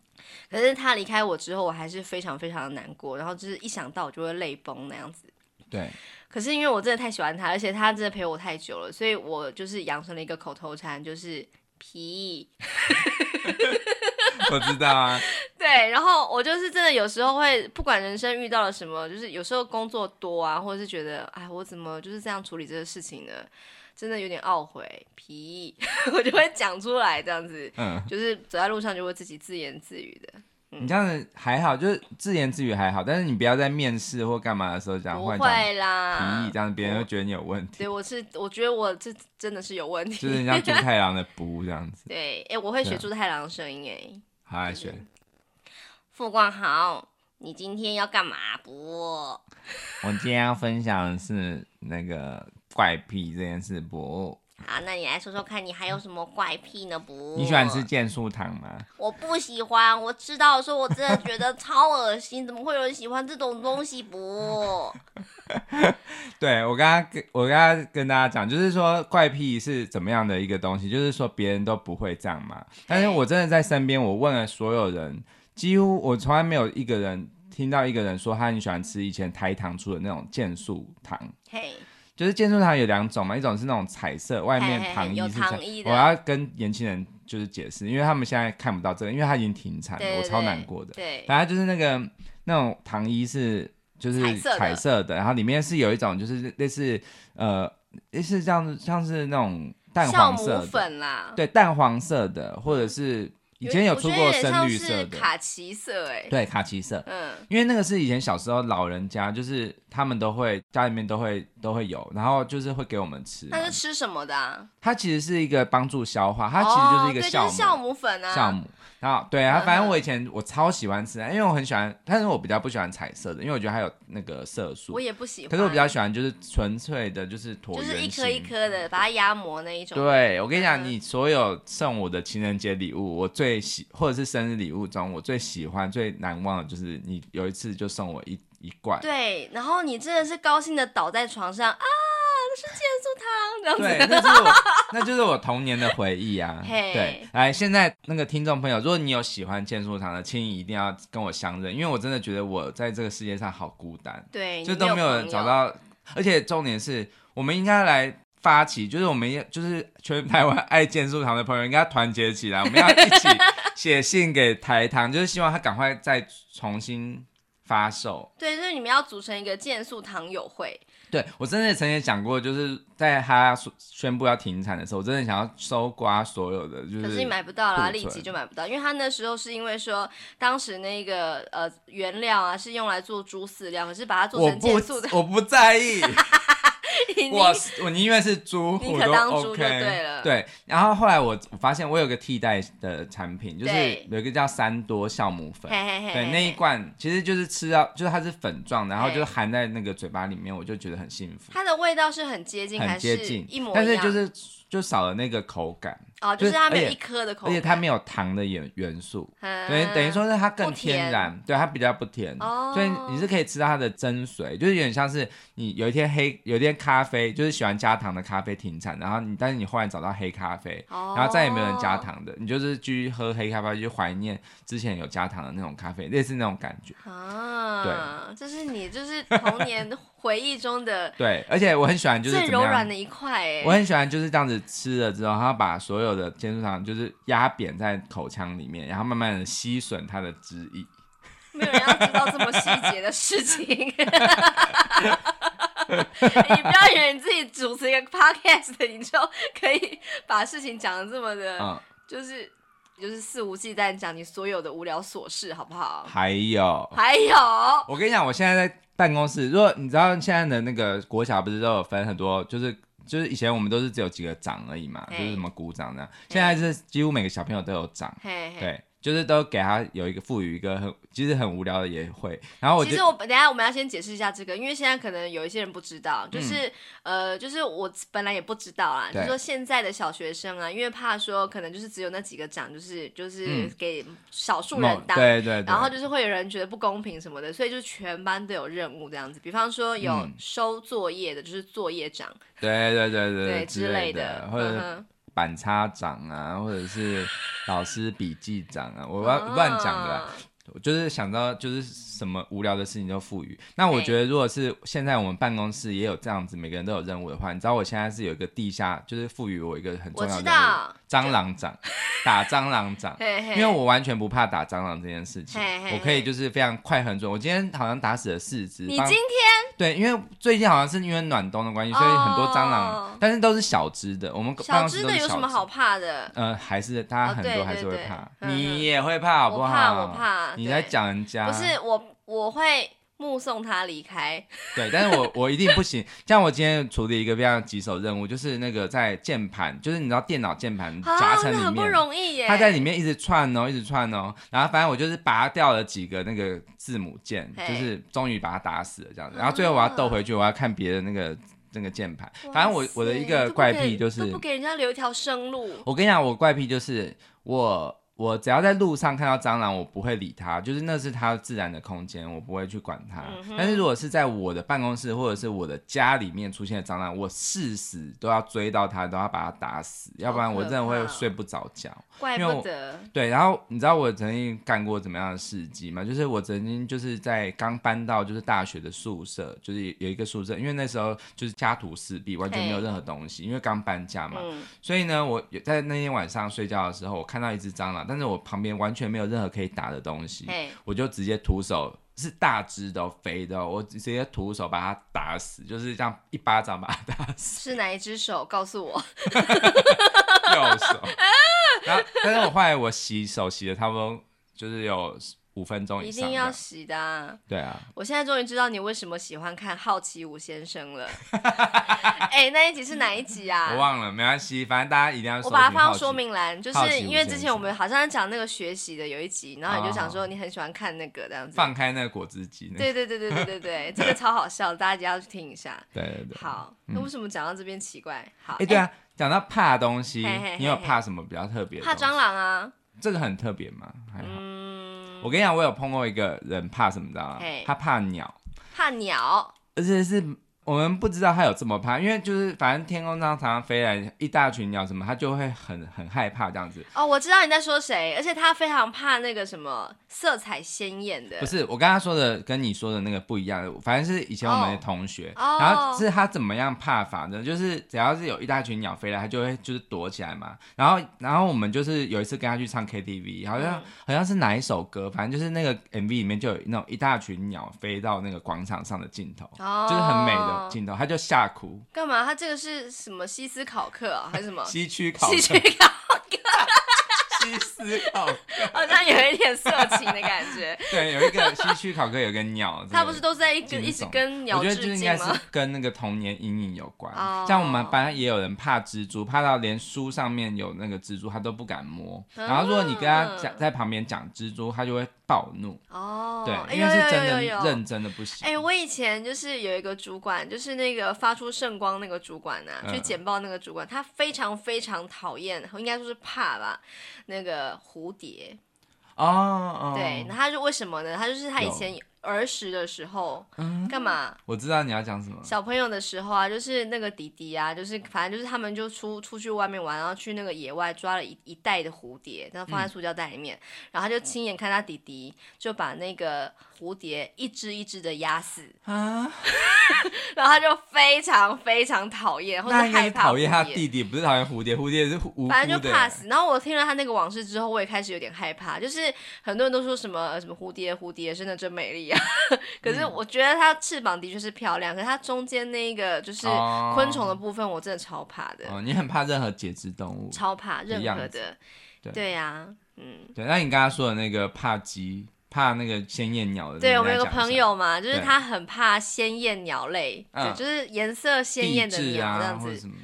[SPEAKER 1] 可是他离开我之后，我还是非常非常的难过，然后就是一想到我就会泪崩那样子。
[SPEAKER 2] 对，
[SPEAKER 1] 可是因为我真的太喜欢他，而且他真的陪我太久了，所以我就是养成了一个口头禅，就是皮。
[SPEAKER 2] 我知道啊，
[SPEAKER 1] 对，然后我就是真的有时候会，不管人生遇到了什么，就是有时候工作多啊，或者是觉得，哎，我怎么就是这样处理这个事情呢？真的有点懊悔，皮， 我就会讲出来，这样子，
[SPEAKER 2] 嗯，
[SPEAKER 1] 就是走在路上就会自己自言自语的，
[SPEAKER 2] 你这样子还好，就是自言自语还好，但是你不要在面试或干嘛的时候讲，
[SPEAKER 1] 不
[SPEAKER 2] 忽然讲
[SPEAKER 1] 会啊
[SPEAKER 2] 提
[SPEAKER 1] 啦
[SPEAKER 2] 议，。这样别人会觉得你有问题，
[SPEAKER 1] 对，我是我觉得我这真的是有问
[SPEAKER 2] 就
[SPEAKER 1] 题。
[SPEAKER 2] 是像猪太郎的不这样子，
[SPEAKER 1] 对，哎、我会
[SPEAKER 2] 对
[SPEAKER 1] 学
[SPEAKER 2] 啊
[SPEAKER 1] 猪太郎的声音，哎，
[SPEAKER 2] 好来学，
[SPEAKER 1] 富光好，你今天要干嘛不？
[SPEAKER 2] 我今天要分享的是那个怪癖这件事不？
[SPEAKER 1] 好，啊那你来说说看，你还有什么怪癖呢？不，
[SPEAKER 2] 你喜欢吃健树糖吗？
[SPEAKER 1] 我不喜欢，我知道的时候我真的觉得超恶心，怎么会有人喜欢这种东西不？
[SPEAKER 2] 对我刚刚跟我刚刚跟大家讲，就是说怪癖是怎么样的一个东西，就是说别人都不会这样嘛。但是我真的在身边，我问了所有人，几乎我从来没有一个人听到一个人说他很喜欢吃以前台糖出的那种健素糖。
[SPEAKER 1] 嘿，
[SPEAKER 2] 就是健素糖有两种嘛，一种是那种彩色，外
[SPEAKER 1] 嘿嘿
[SPEAKER 2] 面糖衣
[SPEAKER 1] 有
[SPEAKER 2] 是彩
[SPEAKER 1] 糖衣的
[SPEAKER 2] 我要跟年轻人就是解释，因为他们现在看不到这个，因为它已经停产了，
[SPEAKER 1] 对对
[SPEAKER 2] 啊我超难过的。
[SPEAKER 1] 对，
[SPEAKER 2] 反正就是那个那种糖衣是就
[SPEAKER 1] 彩
[SPEAKER 2] 是
[SPEAKER 1] 色的
[SPEAKER 2] 彩色的，然后里面是有一种就是类似呃类似像像是那种淡
[SPEAKER 1] 酵
[SPEAKER 2] 黄色
[SPEAKER 1] 母
[SPEAKER 2] 的，
[SPEAKER 1] 粉啦，
[SPEAKER 2] 对淡黄色的，或者是以前有出过
[SPEAKER 1] 我觉得
[SPEAKER 2] 深绿色
[SPEAKER 1] 有点像是
[SPEAKER 2] 的，
[SPEAKER 1] 卡其色哎、
[SPEAKER 2] 对，卡其色。
[SPEAKER 1] 嗯，
[SPEAKER 2] 因为那个是以前小时候老人家，就是他们都会家里面都会都会有，然后就是会给我们吃嘛。啊
[SPEAKER 1] 那是吃什么的、啊？
[SPEAKER 2] 它其实是一个帮助消化，它其实就是一个酵
[SPEAKER 1] 哦、对，
[SPEAKER 2] 母。
[SPEAKER 1] 就是酵母粉啊，
[SPEAKER 2] 酵母，然后对啊，
[SPEAKER 1] 嗯
[SPEAKER 2] 反正我以前我超喜欢吃的，因为我很喜欢，但是我比较不喜欢彩色的，因为我觉得它有那个色素
[SPEAKER 1] 我。也不喜欢。
[SPEAKER 2] 可是我比较喜欢就是纯粹的，就是椭
[SPEAKER 1] 就
[SPEAKER 2] 圆
[SPEAKER 1] 是一
[SPEAKER 2] 形
[SPEAKER 1] 颗一颗的把它压模那一种。
[SPEAKER 2] 对，我跟你讲，
[SPEAKER 1] 嗯
[SPEAKER 2] 你所有送我的情人节礼物，我最喜或者是生日礼物中，我最喜欢、最难忘的就是你有一次就送我一一罐，
[SPEAKER 1] 对，然后你真的是高兴的倒在床上啊，那是健素汤这样子。
[SPEAKER 2] 对，那就是我那就是我童年的回忆啊。
[SPEAKER 1] 嘿
[SPEAKER 2] 对，来，现在那个听众朋友，如果你有喜欢健树堂的，请你一定要跟我相认，因为我真的觉得我在这个世界上好孤单，
[SPEAKER 1] 对，
[SPEAKER 2] 就
[SPEAKER 1] 你
[SPEAKER 2] 都
[SPEAKER 1] 没
[SPEAKER 2] 没
[SPEAKER 1] 有
[SPEAKER 2] 有
[SPEAKER 1] 朋
[SPEAKER 2] 人找
[SPEAKER 1] 友。
[SPEAKER 2] 到，而且重点是我们应该来。发起就是我们也就是全台湾爱健树堂的朋友应该团结起来，我们要一 起写信给台糖，就是希望他赶快再重新发售。
[SPEAKER 1] 对，就是你们要组成一个健素堂友会，
[SPEAKER 2] 对我真的曾经讲过，就是在他所宣布要停产的时候，我真的想要搜刮所有的，就
[SPEAKER 1] 可是
[SPEAKER 2] 是
[SPEAKER 1] 你买不到啦，
[SPEAKER 2] 库存
[SPEAKER 1] 立即就买不到，因为他那时候是因为说当时那个呃原料啊是用来做猪饲料，可是把它做
[SPEAKER 2] 我
[SPEAKER 1] 成
[SPEAKER 2] 不
[SPEAKER 1] 健素的，
[SPEAKER 2] 我不在意，
[SPEAKER 1] 你
[SPEAKER 2] 我是我宁愿是猪，
[SPEAKER 1] 宁
[SPEAKER 2] 我
[SPEAKER 1] 可
[SPEAKER 2] 都
[SPEAKER 1] 当猪就
[SPEAKER 2] OK。
[SPEAKER 1] 对了
[SPEAKER 2] 然后后来我我发现我有个替代的产品，就是
[SPEAKER 1] 对
[SPEAKER 2] 有一个叫三多酵母粉。
[SPEAKER 1] 嘿嘿嘿，
[SPEAKER 2] 对，那一
[SPEAKER 1] 嘿
[SPEAKER 2] 罐其实就是吃到，就是它是粉状的，然后
[SPEAKER 1] 嘿
[SPEAKER 2] 就是含在那个嘴巴里面，我就觉得很幸福，
[SPEAKER 1] 它的味道是很接近，
[SPEAKER 2] 很
[SPEAKER 1] 还
[SPEAKER 2] 接
[SPEAKER 1] 是
[SPEAKER 2] 近
[SPEAKER 1] 一模，
[SPEAKER 2] 但
[SPEAKER 1] 一
[SPEAKER 2] 是
[SPEAKER 1] 样？
[SPEAKER 2] 就是就少了那个口感，
[SPEAKER 1] 哦，就
[SPEAKER 2] 就是
[SPEAKER 1] 是它没
[SPEAKER 2] 而
[SPEAKER 1] 有
[SPEAKER 2] 且
[SPEAKER 1] 一颗的口
[SPEAKER 2] 而
[SPEAKER 1] 感，
[SPEAKER 2] 且它没有糖的元元素，
[SPEAKER 1] 嗯
[SPEAKER 2] 等于等于说是它更
[SPEAKER 1] 不甜
[SPEAKER 2] 天然，对它比较不甜，
[SPEAKER 1] 哦
[SPEAKER 2] 所以你是可以吃到它的精髓，就是有点像是你有一天黑，有一天咖啡就是喜欢加糖的咖啡停产，然后你但是你后来找到黑咖啡，
[SPEAKER 1] 哦
[SPEAKER 2] 然后再也没有人加糖的，你就是继续喝黑咖啡，去怀念之前有加糖的那种咖啡，类似那种感觉。
[SPEAKER 1] 啊，这是你就是童年回忆中的
[SPEAKER 2] 对，而且我很喜欢就是
[SPEAKER 1] 最
[SPEAKER 2] 怎么
[SPEAKER 1] 柔
[SPEAKER 2] 样
[SPEAKER 1] 软的一块哎、
[SPEAKER 2] 我很喜欢就是这样子吃了之后，然后把所有的坚素糖就是压扁在口腔里面，然后慢慢的吸吮它的汁液。
[SPEAKER 1] 没有人要知道这么细节的事情。 你不要以为你自己主持一个 podcast，你就可以把事情讲的这么的，
[SPEAKER 2] 嗯，
[SPEAKER 1] 就是就是肆无忌惮讲你所有的无聊琐事，好不好？
[SPEAKER 2] 还有，
[SPEAKER 1] 还有，
[SPEAKER 2] 我跟你讲，我现在在办公室，如果你知道现在的那个国小不是都有分很多，就是。就是以前我们都是只有几个长而已嘛，就
[SPEAKER 1] 嘿
[SPEAKER 2] 是什么鼓掌这样。现在是几乎每个小朋友都有长，
[SPEAKER 1] 嘿嘿。
[SPEAKER 2] 对，就是都给他有一个赋予一个很其实很无聊的也会。然后我
[SPEAKER 1] 其
[SPEAKER 2] 就
[SPEAKER 1] 实我等一下我们要先解释一下这个，因为现在可能有一些人不知道，就是、呃，就是我本来也不知道啊啦，就
[SPEAKER 2] 嗯对
[SPEAKER 1] 是说现在的小学生啊，因为怕说可能就是只有那几个长，就是就是
[SPEAKER 2] 嗯
[SPEAKER 1] 给少数人
[SPEAKER 2] 某
[SPEAKER 1] 当。
[SPEAKER 2] 对对对，
[SPEAKER 1] 然后就是会有人觉得不公平什么的，所以就是全班都有任务这样子。比方说有
[SPEAKER 2] 嗯
[SPEAKER 1] 收作业的，就是作业长，
[SPEAKER 2] 对对对对
[SPEAKER 1] 对
[SPEAKER 2] 之
[SPEAKER 1] 类
[SPEAKER 2] 的，或者
[SPEAKER 1] 嗯哼，
[SPEAKER 2] 板擦掌啊，或者是老师笔记掌啊，我乱乱讲的啦、
[SPEAKER 1] 啊
[SPEAKER 2] 我就是想到就是什么无聊的事情就赋予。那我
[SPEAKER 1] 对
[SPEAKER 2] 觉得如果是现在我们办公室也有这样子，每个人都有任务的话，你知道我现在是有一个地下，就是赋予我一个很
[SPEAKER 1] 我
[SPEAKER 2] 重要
[SPEAKER 1] 知
[SPEAKER 2] 的任务，
[SPEAKER 1] 道，
[SPEAKER 2] 蟑螂掌，打蟑螂掌。
[SPEAKER 1] 嘿嘿，
[SPEAKER 2] 因为我完全不怕打蟑螂这件事情
[SPEAKER 1] 嘿嘿
[SPEAKER 2] 我可以就是非常快很准。我今天好像打死了四只，
[SPEAKER 1] 你
[SPEAKER 2] 帮
[SPEAKER 1] 今天
[SPEAKER 2] 对，因为最近好像是因为暖冬的关系，所以很多蟑螂，
[SPEAKER 1] 哦
[SPEAKER 2] 但是都是小只的。我们办
[SPEAKER 1] 小
[SPEAKER 2] 公室
[SPEAKER 1] 只
[SPEAKER 2] 都
[SPEAKER 1] 的
[SPEAKER 2] 是
[SPEAKER 1] 有
[SPEAKER 2] 小
[SPEAKER 1] 什么
[SPEAKER 2] 只
[SPEAKER 1] 好怕的？
[SPEAKER 2] 呃，还是大家
[SPEAKER 1] 哦
[SPEAKER 2] 很
[SPEAKER 1] 对
[SPEAKER 2] 多
[SPEAKER 1] 对
[SPEAKER 2] 还是会
[SPEAKER 1] 对
[SPEAKER 2] 怕，
[SPEAKER 1] 嗯嗯
[SPEAKER 2] 你也会怕好不好？
[SPEAKER 1] 我怕，我怕。
[SPEAKER 2] 你在
[SPEAKER 1] 对
[SPEAKER 2] 讲人家
[SPEAKER 1] 不是我，我会目送他离开。
[SPEAKER 2] 对，但是我我一定不行。像我今天处理一个非常棘手任务，就是那个在键盘，就是你知道电脑键盘夹
[SPEAKER 1] 啊，
[SPEAKER 2] 层
[SPEAKER 1] 那
[SPEAKER 2] 里
[SPEAKER 1] 很不
[SPEAKER 2] 面，
[SPEAKER 1] 容易耶。
[SPEAKER 2] 它在里面一直串哦，一直串哦，然后反正我就是拔掉了几个那个字母键，
[SPEAKER 1] 嘿啊
[SPEAKER 2] 就是终于把它打死了这样子。然后最后我要斗回去，我要看别的那个那个键盘。反正我
[SPEAKER 1] 哇塞
[SPEAKER 2] 我的一个怪癖就
[SPEAKER 1] 都不给
[SPEAKER 2] 是
[SPEAKER 1] 都不，给人家留一条生路。
[SPEAKER 2] 我跟你讲，我怪癖就是我我只要在路上看到蟑螂，我不会理它，就是那是它自然的空间，我不会去管它。
[SPEAKER 1] 嗯哼
[SPEAKER 2] 但是如果是在我的办公室或者是我的家里面出现的蟑螂，我誓死都要追到它，都要把它打死，要不然我真的
[SPEAKER 1] 好可
[SPEAKER 2] 会
[SPEAKER 1] 怕哦
[SPEAKER 2] 睡不着觉。
[SPEAKER 1] 怪
[SPEAKER 2] 因为
[SPEAKER 1] 不
[SPEAKER 2] 我
[SPEAKER 1] 得，
[SPEAKER 2] 对，然后你知道我曾经干过怎么样的事迹吗？就是我曾经就是在刚搬到就是大学的宿舍，就是有一个宿舍，因为那时候就是家徒四壁，完全没有
[SPEAKER 1] 嘿
[SPEAKER 2] 任何东西，因为刚搬家嘛。
[SPEAKER 1] 嗯，
[SPEAKER 2] 所以呢，我有在那天晚上睡觉的时候，我看到一只蟑螂，但是我旁边完全没有任何可以打的东西，
[SPEAKER 1] 嘿，
[SPEAKER 2] 我就直接徒手，是大只的、哦、肥的、哦，我直接徒手把它打死，就是这样一巴掌把它打死，
[SPEAKER 1] 是哪一只手？告诉我。
[SPEAKER 2] 右手。然后但是我后来我洗手洗了差不多就是有五分钟以
[SPEAKER 1] 一
[SPEAKER 2] 上
[SPEAKER 1] 定
[SPEAKER 2] 这
[SPEAKER 1] 要
[SPEAKER 2] 样，
[SPEAKER 1] 洗的、啊。
[SPEAKER 2] 对啊，
[SPEAKER 1] 我现在终于知道你为什么喜欢看《好奇五先生》 了。哎、那一集是哪一集啊？
[SPEAKER 2] 我忘了，没关系，反正大家一定要搜
[SPEAKER 1] 我
[SPEAKER 2] 寻
[SPEAKER 1] 把它放
[SPEAKER 2] 好
[SPEAKER 1] 到
[SPEAKER 2] 奇
[SPEAKER 1] 说明栏，就
[SPEAKER 2] 好
[SPEAKER 1] 是
[SPEAKER 2] 奇五
[SPEAKER 1] 因为
[SPEAKER 2] 先
[SPEAKER 1] 之前我
[SPEAKER 2] 生
[SPEAKER 1] 们好像讲那个学习的有一集，然后你就
[SPEAKER 2] 哦
[SPEAKER 1] 想说你很喜欢看那个这样子。
[SPEAKER 2] 放开那个果汁机，那个
[SPEAKER 1] 对对对对对对对，这个超好笑的，大家一定要去听一下。
[SPEAKER 2] 对对对。
[SPEAKER 1] 好，那为什么讲到这边奇怪？好，
[SPEAKER 2] 嗯哎，对啊，讲到怕的东西
[SPEAKER 1] 嘿嘿嘿，
[SPEAKER 2] 你有
[SPEAKER 1] 嘿
[SPEAKER 2] 怕什么比较特别
[SPEAKER 1] 哎
[SPEAKER 2] 的
[SPEAKER 1] 怕
[SPEAKER 2] 东西？
[SPEAKER 1] 蟑螂啊，
[SPEAKER 2] 这个很特别吗？还好。
[SPEAKER 1] 嗯，
[SPEAKER 2] 我跟你讲，我有碰过一个人怕什么的啊
[SPEAKER 1] 嘿，
[SPEAKER 2] 他怕鸟，
[SPEAKER 1] 怕鸟，
[SPEAKER 2] 而且是我们不知道他有这么怕，因为就是反正天空上常常飞来一大群鸟什么，他就会很很害怕这样子。
[SPEAKER 1] 哦，我知道你在说谁，而且他非常怕那个什么色彩鲜艳的，
[SPEAKER 2] 不是我刚刚说的跟你说的那个不一样的，反正是以前我们的同学
[SPEAKER 1] 哦
[SPEAKER 2] 然后是他怎么样怕法呢？就是只要是有一大群鸟飞来，他就会就是躲起来嘛。然后然后我们就是有一次跟他去唱 KTV，好像、
[SPEAKER 1] 嗯
[SPEAKER 2] 好像是哪一首歌，反正就是那个 MV 里面就有那种一大群鸟飞到那个广场上的镜头。
[SPEAKER 1] 哦，
[SPEAKER 2] 就是很美的镜头，他就吓哭，
[SPEAKER 1] 干嘛？他这个是什么西斯考克啊，还是什么？
[SPEAKER 2] 西区考
[SPEAKER 1] 戏
[SPEAKER 2] 西
[SPEAKER 1] 剧考，
[SPEAKER 2] 斯考，
[SPEAKER 1] 好像有一点色情的感 觉。
[SPEAKER 2] 对，有一个西区考哥有个鸟之类的，
[SPEAKER 1] 他不是都在一个
[SPEAKER 2] 惊悚
[SPEAKER 1] 一直跟鸟
[SPEAKER 2] 我觉得就是
[SPEAKER 1] 致
[SPEAKER 2] 应
[SPEAKER 1] 敬
[SPEAKER 2] 该是
[SPEAKER 1] 吗？
[SPEAKER 2] 跟那个童年阴影有关。
[SPEAKER 1] 哦
[SPEAKER 2] 像我们班也有人怕蜘蛛，怕到连书上面有那个蜘蛛他都不敢摸。
[SPEAKER 1] 嗯
[SPEAKER 2] 然后如果你跟他讲在旁边讲蜘蛛，他就会暴怒。
[SPEAKER 1] 哦，
[SPEAKER 2] 对，
[SPEAKER 1] 哎
[SPEAKER 2] 因为是真的
[SPEAKER 1] 有有有有有
[SPEAKER 2] 认真的不行。
[SPEAKER 1] 哎、我以前就是有一个主管，就是那个发出圣光那个主管呐、
[SPEAKER 2] 嗯
[SPEAKER 1] 去简报那个主管，他非常非常讨厌，应该说是怕吧，那个蝴蝶。
[SPEAKER 2] 哦哦，
[SPEAKER 1] 对，那他就为什么呢？他就是他以
[SPEAKER 2] 有嗯
[SPEAKER 1] 前儿时的时候，干嘛？
[SPEAKER 2] 我知道你要讲什么。
[SPEAKER 1] 小朋友的时候啊，就是那个弟弟啊，就是反正就是他们就出出去外面玩，然后去那个野外抓了一一袋的蝴蝶，然后
[SPEAKER 2] 嗯
[SPEAKER 1] 放在塑胶袋里面，然后他就亲眼看他弟弟就把那个蝴蝶一只一只的压死。
[SPEAKER 2] 啊，
[SPEAKER 1] 然后他就非常非常讨厌，或者
[SPEAKER 2] 那应该
[SPEAKER 1] 害
[SPEAKER 2] 是
[SPEAKER 1] 怕
[SPEAKER 2] 讨厌他
[SPEAKER 1] 蝴蝶，
[SPEAKER 2] 弟弟，不是讨厌蝴蝶，蝴蝶是无辜
[SPEAKER 1] 反正就
[SPEAKER 2] 的。欸
[SPEAKER 1] 怕死。然后我听了他那个往事之后，我也开始有点害怕，就是很多人都说什么呃什么蝴蝶，蝴蝶真的真美丽啊。 可
[SPEAKER 2] 嗯
[SPEAKER 1] 是我觉得它翅膀的确是漂亮，可是它中间那个就是
[SPEAKER 2] 哦
[SPEAKER 1] 昆虫的部分，我真的超怕的，
[SPEAKER 2] 哦，你很怕任何节肢动物。
[SPEAKER 1] 超怕任
[SPEAKER 2] 样
[SPEAKER 1] 何
[SPEAKER 2] 子
[SPEAKER 1] 的。
[SPEAKER 2] 对
[SPEAKER 1] 对呀、嗯，
[SPEAKER 2] 对，那你刚刚说的那个怕鸡，怕那个鲜艳鸟的，
[SPEAKER 1] 对我
[SPEAKER 2] 们
[SPEAKER 1] 们有个朋友嘛，就是
[SPEAKER 2] 对
[SPEAKER 1] 他很怕鲜艳鸟类，对，
[SPEAKER 2] 嗯
[SPEAKER 1] 就是颜色鲜艳的
[SPEAKER 2] 地质
[SPEAKER 1] 鸟、这
[SPEAKER 2] 啊，
[SPEAKER 1] 样
[SPEAKER 2] 或者
[SPEAKER 1] 子，
[SPEAKER 2] 什么，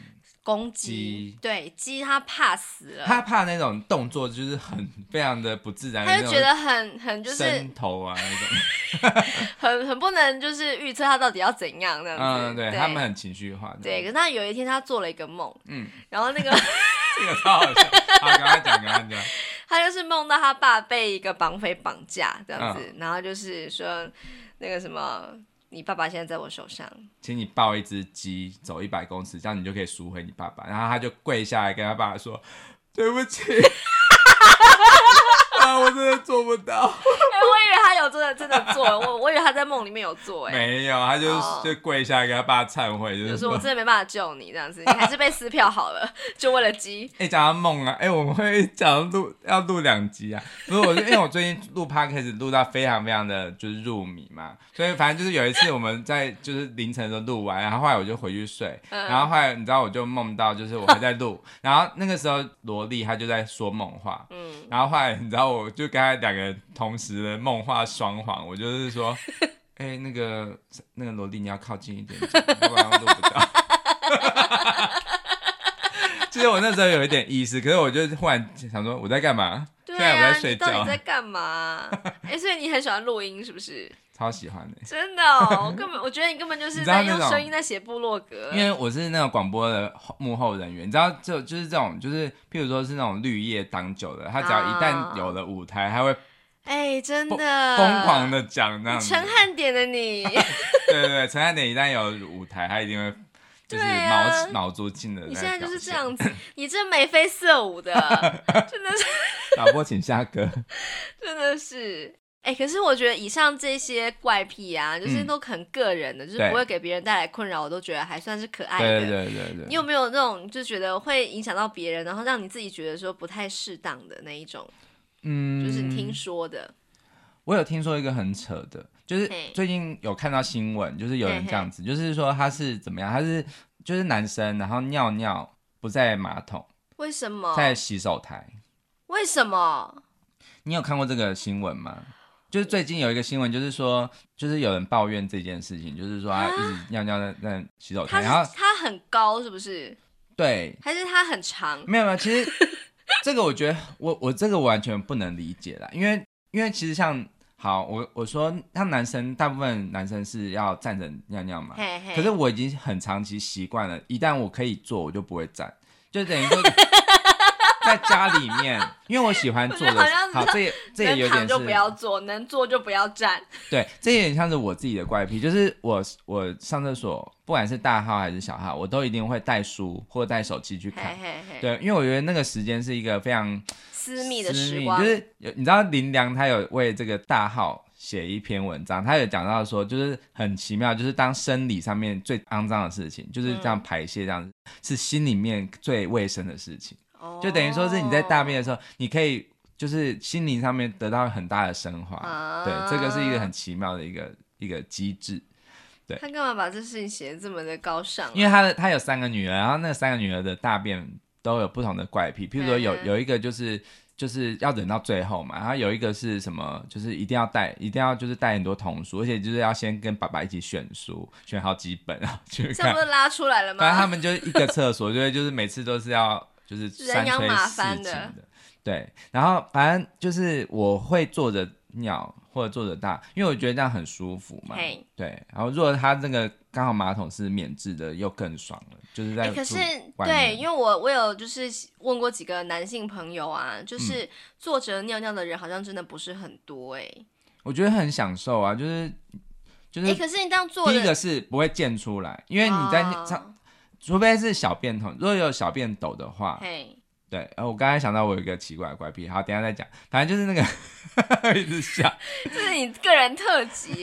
[SPEAKER 1] 公鸡
[SPEAKER 2] 鸡，
[SPEAKER 1] 对鸡它怕死了，
[SPEAKER 2] 他怕那种动作就是很非常的不自然的
[SPEAKER 1] 他
[SPEAKER 2] 那
[SPEAKER 1] 就
[SPEAKER 2] 种，
[SPEAKER 1] 觉得很很就是
[SPEAKER 2] 伸头啊那 种，
[SPEAKER 1] 很很不能就是预测他到底要怎样那样子。
[SPEAKER 2] 嗯，对他们很情绪化，
[SPEAKER 1] 对，可，是他有一天他做了一个梦，
[SPEAKER 2] 嗯，
[SPEAKER 1] 然后那个
[SPEAKER 2] 这个 超好笑，好，赶快讲，赶快讲，
[SPEAKER 1] 他就是梦到他爸被一个绑匪绑架这样子，
[SPEAKER 2] 嗯
[SPEAKER 1] 然后就是说那个什么，你爸爸现在在我手上，
[SPEAKER 2] 请你抱一只鸡走一百公尺，这样你就可以赎回你爸爸，然后他就跪下来跟他爸爸说，对不起， 啊，我真的做不 到，
[SPEAKER 1] 哎、我以为他有真的真的做，我我以为他在梦里面有做、哎。
[SPEAKER 2] 没有，他就
[SPEAKER 1] 哦
[SPEAKER 2] 就跪下来跟他爸忏悔，就
[SPEAKER 1] 就是是
[SPEAKER 2] 说
[SPEAKER 1] 我真的没办法救你这样子，你还是被撕票好了， 就为了鸡。
[SPEAKER 2] 哎、讲到梦啊，哎、我们会讲到录 要录两集啊。不是我，因为我最近录 podcast 录到非常非常的就是入迷嘛，所以反正就是有一次我们在就是凌晨的时候录完，然后后来我就回去睡，
[SPEAKER 1] 嗯
[SPEAKER 2] 然后后来你知道我就梦到就是我还在录，然后那个时候萝莉她就在说梦话，
[SPEAKER 1] 嗯，
[SPEAKER 2] 然后后来你知道我就跟她两个人同时的梦话双簧，我就 是说，哎、那个那个萝莉你要靠近一点讲，要不然我录不到。 其实我那时候有一点意思，可是我就忽然想说我在干嘛，
[SPEAKER 1] 对
[SPEAKER 2] 虽然我
[SPEAKER 1] 啊，
[SPEAKER 2] 在睡
[SPEAKER 1] 你到底
[SPEAKER 2] 觉
[SPEAKER 1] 在干嘛、 哎、所以你很喜欢录音是不是？
[SPEAKER 2] 超喜欢的、
[SPEAKER 1] 真的哦， 我根本我觉得你根本就是
[SPEAKER 2] 你知道
[SPEAKER 1] 在
[SPEAKER 2] 那
[SPEAKER 1] 用
[SPEAKER 2] 种
[SPEAKER 1] 声音在写部落格。
[SPEAKER 2] 因为我是那种广播的后幕后人员，你知道就就是这种，就是譬如说是那种绿叶当久了，他只要一
[SPEAKER 1] 啊
[SPEAKER 2] 旦有了舞台，他会
[SPEAKER 1] 哎、真的
[SPEAKER 2] 疯狂的讲那
[SPEAKER 1] 嗯
[SPEAKER 2] 样
[SPEAKER 1] 你
[SPEAKER 2] 子
[SPEAKER 1] 陈。汉典的你，
[SPEAKER 2] 对对对，陈汉典一旦有舞台，他一定会就是
[SPEAKER 1] 对
[SPEAKER 2] 卯
[SPEAKER 1] 啊
[SPEAKER 2] 卯足劲的。
[SPEAKER 1] 你现在就是这， 样子，你这眉飞色舞的，真的是
[SPEAKER 2] 导播请下歌。
[SPEAKER 1] 真的是。哎、可是我觉得以上这些怪癖啊，就是
[SPEAKER 2] 嗯
[SPEAKER 1] 都很个人的，就是
[SPEAKER 2] 对
[SPEAKER 1] 不会给别人带来困扰，我都觉得还算是可爱的。
[SPEAKER 2] 对对对对
[SPEAKER 1] 哎你
[SPEAKER 2] 对。
[SPEAKER 1] 有没有那种就觉得会影响到别人，然后让你自己觉得说不太适当的那一种，
[SPEAKER 2] 嗯
[SPEAKER 1] 就是你听说的？
[SPEAKER 2] 我有听说一个很扯的，就是
[SPEAKER 1] 嘿
[SPEAKER 2] 最近有看到新闻，就是有人这样子，就是说他是怎么样，他是就是男生，然后尿尿不在马桶，
[SPEAKER 1] 为什么？
[SPEAKER 2] 在洗手台，
[SPEAKER 1] 为什么？
[SPEAKER 2] 你有看过这个新闻吗？就是最近有一个新闻，就是说，就是有人抱怨这件事情，就是说他
[SPEAKER 1] 啊
[SPEAKER 2] 一直尿尿在在洗手
[SPEAKER 1] 它
[SPEAKER 2] 台，
[SPEAKER 1] 是
[SPEAKER 2] 然后
[SPEAKER 1] 它很高是不是？
[SPEAKER 2] 对，
[SPEAKER 1] 还是它很长？
[SPEAKER 2] 没有没有，其实这个我觉得我我这个完全不能理解啦，因为因为其实像好，我我说像男生大部分男生是要站着尿尿嘛，
[SPEAKER 1] 嘿嘿，
[SPEAKER 2] 可是我已经很长期习惯了，一旦我可以坐，我就不会站，就等 于说在家里面，因为我喜欢坐
[SPEAKER 1] 我觉得好
[SPEAKER 2] 的
[SPEAKER 1] 像，
[SPEAKER 2] 好，这也这也有
[SPEAKER 1] 能
[SPEAKER 2] 点
[SPEAKER 1] 躺就是不要坐，能坐就不要站。
[SPEAKER 2] 对，这有点像是我自己的怪癖，就是我我上厕所，不管是大号还是小号，我都一定会带书或带手机去
[SPEAKER 1] 嘿
[SPEAKER 2] 看。
[SPEAKER 1] 嘿嘿，
[SPEAKER 2] 对，因为我觉得那个时间是一个非常
[SPEAKER 1] 私密的
[SPEAKER 2] 私
[SPEAKER 1] 时
[SPEAKER 2] 密
[SPEAKER 1] 光，
[SPEAKER 2] 就是有你知道林良他有为这个大号写一篇文章，他有讲到说，就是很奇妙，就是当生理上面最肮脏的事情，
[SPEAKER 1] 嗯
[SPEAKER 2] 就是这样排泄这样，子，是心里面最卫生的事情，
[SPEAKER 1] 哦
[SPEAKER 2] 就等于说是你在大便的
[SPEAKER 1] 时
[SPEAKER 2] 时候，你可以就是心灵上面得到很大的升华。
[SPEAKER 1] 啊
[SPEAKER 2] 对，这个是一个很奇妙的一个一个机制，
[SPEAKER 1] 候，他干嘛把这事情写的这么的高尚啊？
[SPEAKER 2] 因为他的他有三个女儿，然后那三个女儿的大便都有不同的怪癖，譬如说有
[SPEAKER 1] 嗯哼
[SPEAKER 2] 有一个就是就是要忍到最后嘛，然后有一个是什么，就是一定要带，一定要就是带很多童书，而且就是要先跟爸爸一起选书，选好几本然后去
[SPEAKER 1] 这样
[SPEAKER 2] 看
[SPEAKER 1] 不，是拉出来了
[SPEAKER 2] 反正他
[SPEAKER 1] 吗？
[SPEAKER 2] 们就是一个厕所，就是就是每次都是要就是三
[SPEAKER 1] 人仰
[SPEAKER 2] 催
[SPEAKER 1] 马
[SPEAKER 2] 四
[SPEAKER 1] 翻
[SPEAKER 2] 请
[SPEAKER 1] 的
[SPEAKER 2] 的，对，然后反正就是我会坐着尿或者坐着大，因为我觉得这样很舒服嘛。
[SPEAKER 1] 嘿
[SPEAKER 2] 对，然后如果它这个刚好马桶是免治的，又更爽了，就是在
[SPEAKER 1] 哎
[SPEAKER 2] 住、
[SPEAKER 1] 可是
[SPEAKER 2] 外
[SPEAKER 1] 对，
[SPEAKER 2] 面
[SPEAKER 1] 因为我我有就是问过几个男性朋友啊，
[SPEAKER 2] 嗯
[SPEAKER 1] 就是坐着尿尿的人好像真的不是很多哎、
[SPEAKER 2] 我觉得很享受啊，就是就是
[SPEAKER 1] 哎、可是你这样坐
[SPEAKER 2] 第
[SPEAKER 1] 的，
[SPEAKER 2] 一个是不会溅出来，因为你在
[SPEAKER 1] 哦
[SPEAKER 2] 上、除非是小便桶，如果有小便斗的话，
[SPEAKER 1] 嘿，
[SPEAKER 2] 对，呃，我刚才想到我有一个奇怪的怪癖，好，等一下再讲，反正就是那个 一直笑，
[SPEAKER 1] 这是你个人特辑 耶、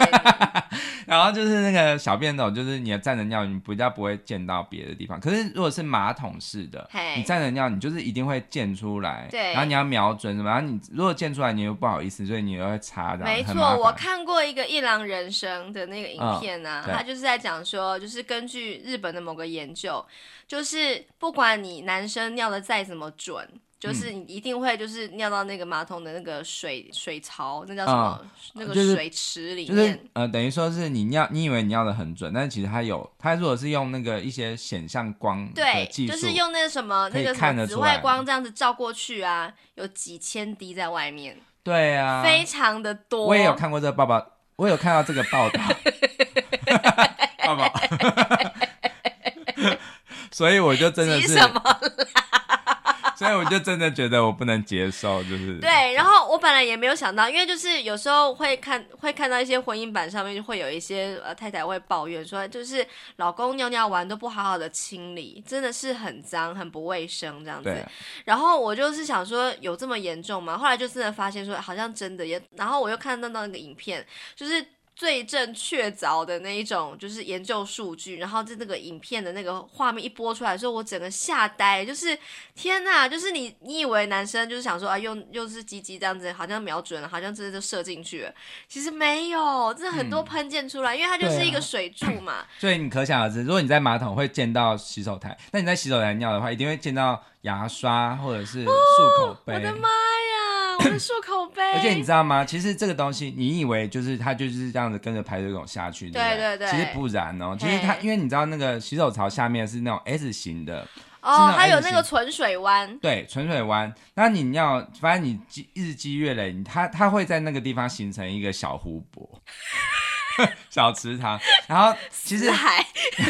[SPEAKER 2] 然后就是那个小便斗，就是你站着尿，你比较不会溅到别的地方。可是如果是马桶式的
[SPEAKER 1] 嘿，
[SPEAKER 2] 你站着尿，你就是一定会溅出来，
[SPEAKER 1] 对
[SPEAKER 2] 然后你要瞄准什么，然后你如果溅出来，你又不好意思，所以你又会擦的，
[SPEAKER 1] 没
[SPEAKER 2] 很
[SPEAKER 1] 错，
[SPEAKER 2] 麻
[SPEAKER 1] 我
[SPEAKER 2] 烦
[SPEAKER 1] 看过一个《一郎人生》的那个影
[SPEAKER 2] 嗯
[SPEAKER 1] 片啊，
[SPEAKER 2] 对
[SPEAKER 1] 他就是在讲说，就是根据日本的某个研究，就是不管你男生尿的再怎么准，
[SPEAKER 2] 嗯
[SPEAKER 1] 就是你一定会就是尿到那个马桶的那个水水槽，那叫什么？那个
[SPEAKER 2] 嗯就是
[SPEAKER 1] 水池里
[SPEAKER 2] 就
[SPEAKER 1] 面。
[SPEAKER 2] 是呃，等于说是你尿，你以为你尿的很准，但是其实它有，它如果是用那个一些显像光的
[SPEAKER 1] 对，
[SPEAKER 2] 技术，
[SPEAKER 1] 就是用那个什么
[SPEAKER 2] 可
[SPEAKER 1] 那
[SPEAKER 2] 以
[SPEAKER 1] 个什
[SPEAKER 2] 看
[SPEAKER 1] 么
[SPEAKER 2] 得
[SPEAKER 1] 紫
[SPEAKER 2] 出
[SPEAKER 1] 外
[SPEAKER 2] 来
[SPEAKER 1] 光这样子照过去啊，有几千滴在外面，
[SPEAKER 2] 对啊，
[SPEAKER 1] 非常的多。
[SPEAKER 2] 我也有看过这个报道，我有看到这个报 道，报道， 所以我就真的
[SPEAKER 1] 急
[SPEAKER 2] 是，
[SPEAKER 1] 什么？
[SPEAKER 2] 所以我就真的觉得我不能接受，就是
[SPEAKER 1] 对，然后我本来也没有想到，因为就是有时候会看会看到一些婚姻版上面就会有一些呃太太会抱怨说，就是老公尿尿完都不好好的清理，真的是很脏很不卫生这样子
[SPEAKER 2] 对。啊
[SPEAKER 1] 然后我就是想说有这么严重吗？后来就真的发现说好像真的也，然后我又看到那个影片，就是。罪证确凿的那一种，就是研究数据，然后在那个影片的那个画面一播出来的时候，我整个吓呆，就是天呐，就是你，你以为男生就是想说啊，又又是鸡鸡这样子，好像瞄准了，好像真的就射进去了，其实没有，这很
[SPEAKER 2] 嗯
[SPEAKER 1] 多喷溅出来，因为它
[SPEAKER 2] 啊
[SPEAKER 1] 就是一个水 柱嘛，
[SPEAKER 2] 所以你可想而知，如果你在马桶会溅到洗手台，那你在洗手台尿的话，一定会溅到牙刷或者是漱口杯。
[SPEAKER 1] 哦我的妈呀，我的漱口杯，
[SPEAKER 2] 而且你知道吗？其实这个东西，你以为就是它就是这样子跟着排水孔下去，不
[SPEAKER 1] 对对对
[SPEAKER 2] 其实不然哦、其实它
[SPEAKER 1] 嘿
[SPEAKER 2] 因为你知道那个洗手槽下面是那种 S 型的，
[SPEAKER 1] 哦
[SPEAKER 2] 是那种，
[SPEAKER 1] 还有
[SPEAKER 2] S
[SPEAKER 1] 那
[SPEAKER 2] 型
[SPEAKER 1] 个存水湾，
[SPEAKER 2] 对，纯水湾。那你要，反正你积日积月累，你它它会在那个地方形成一个小湖泊、 小池塘。然后其实
[SPEAKER 1] 死海，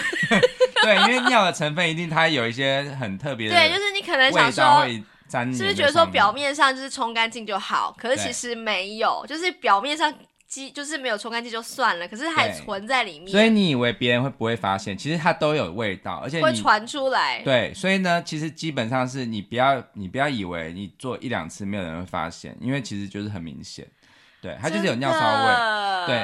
[SPEAKER 2] 对，因为尿的成分一定它有一些很特别的
[SPEAKER 1] 对，就是你可能想
[SPEAKER 2] 味
[SPEAKER 1] 说。
[SPEAKER 2] 道会粘黏在上面。
[SPEAKER 1] 是不是觉得说表面上就是冲干净就好，可是其
[SPEAKER 2] 对
[SPEAKER 1] 实没有，就是表面上鸡就是没有冲干净就算了，可是还
[SPEAKER 2] 对
[SPEAKER 1] 存在里面，
[SPEAKER 2] 所以你以为别人会不会发现？其实它都有味道，而且
[SPEAKER 1] 会
[SPEAKER 2] 你
[SPEAKER 1] 传出来。
[SPEAKER 2] 对，所以呢，其实基本上是你不要你不要以为你做一两次没有人会发现，因为其实就是很明显，对，它就是有尿骚味。
[SPEAKER 1] 味
[SPEAKER 2] 对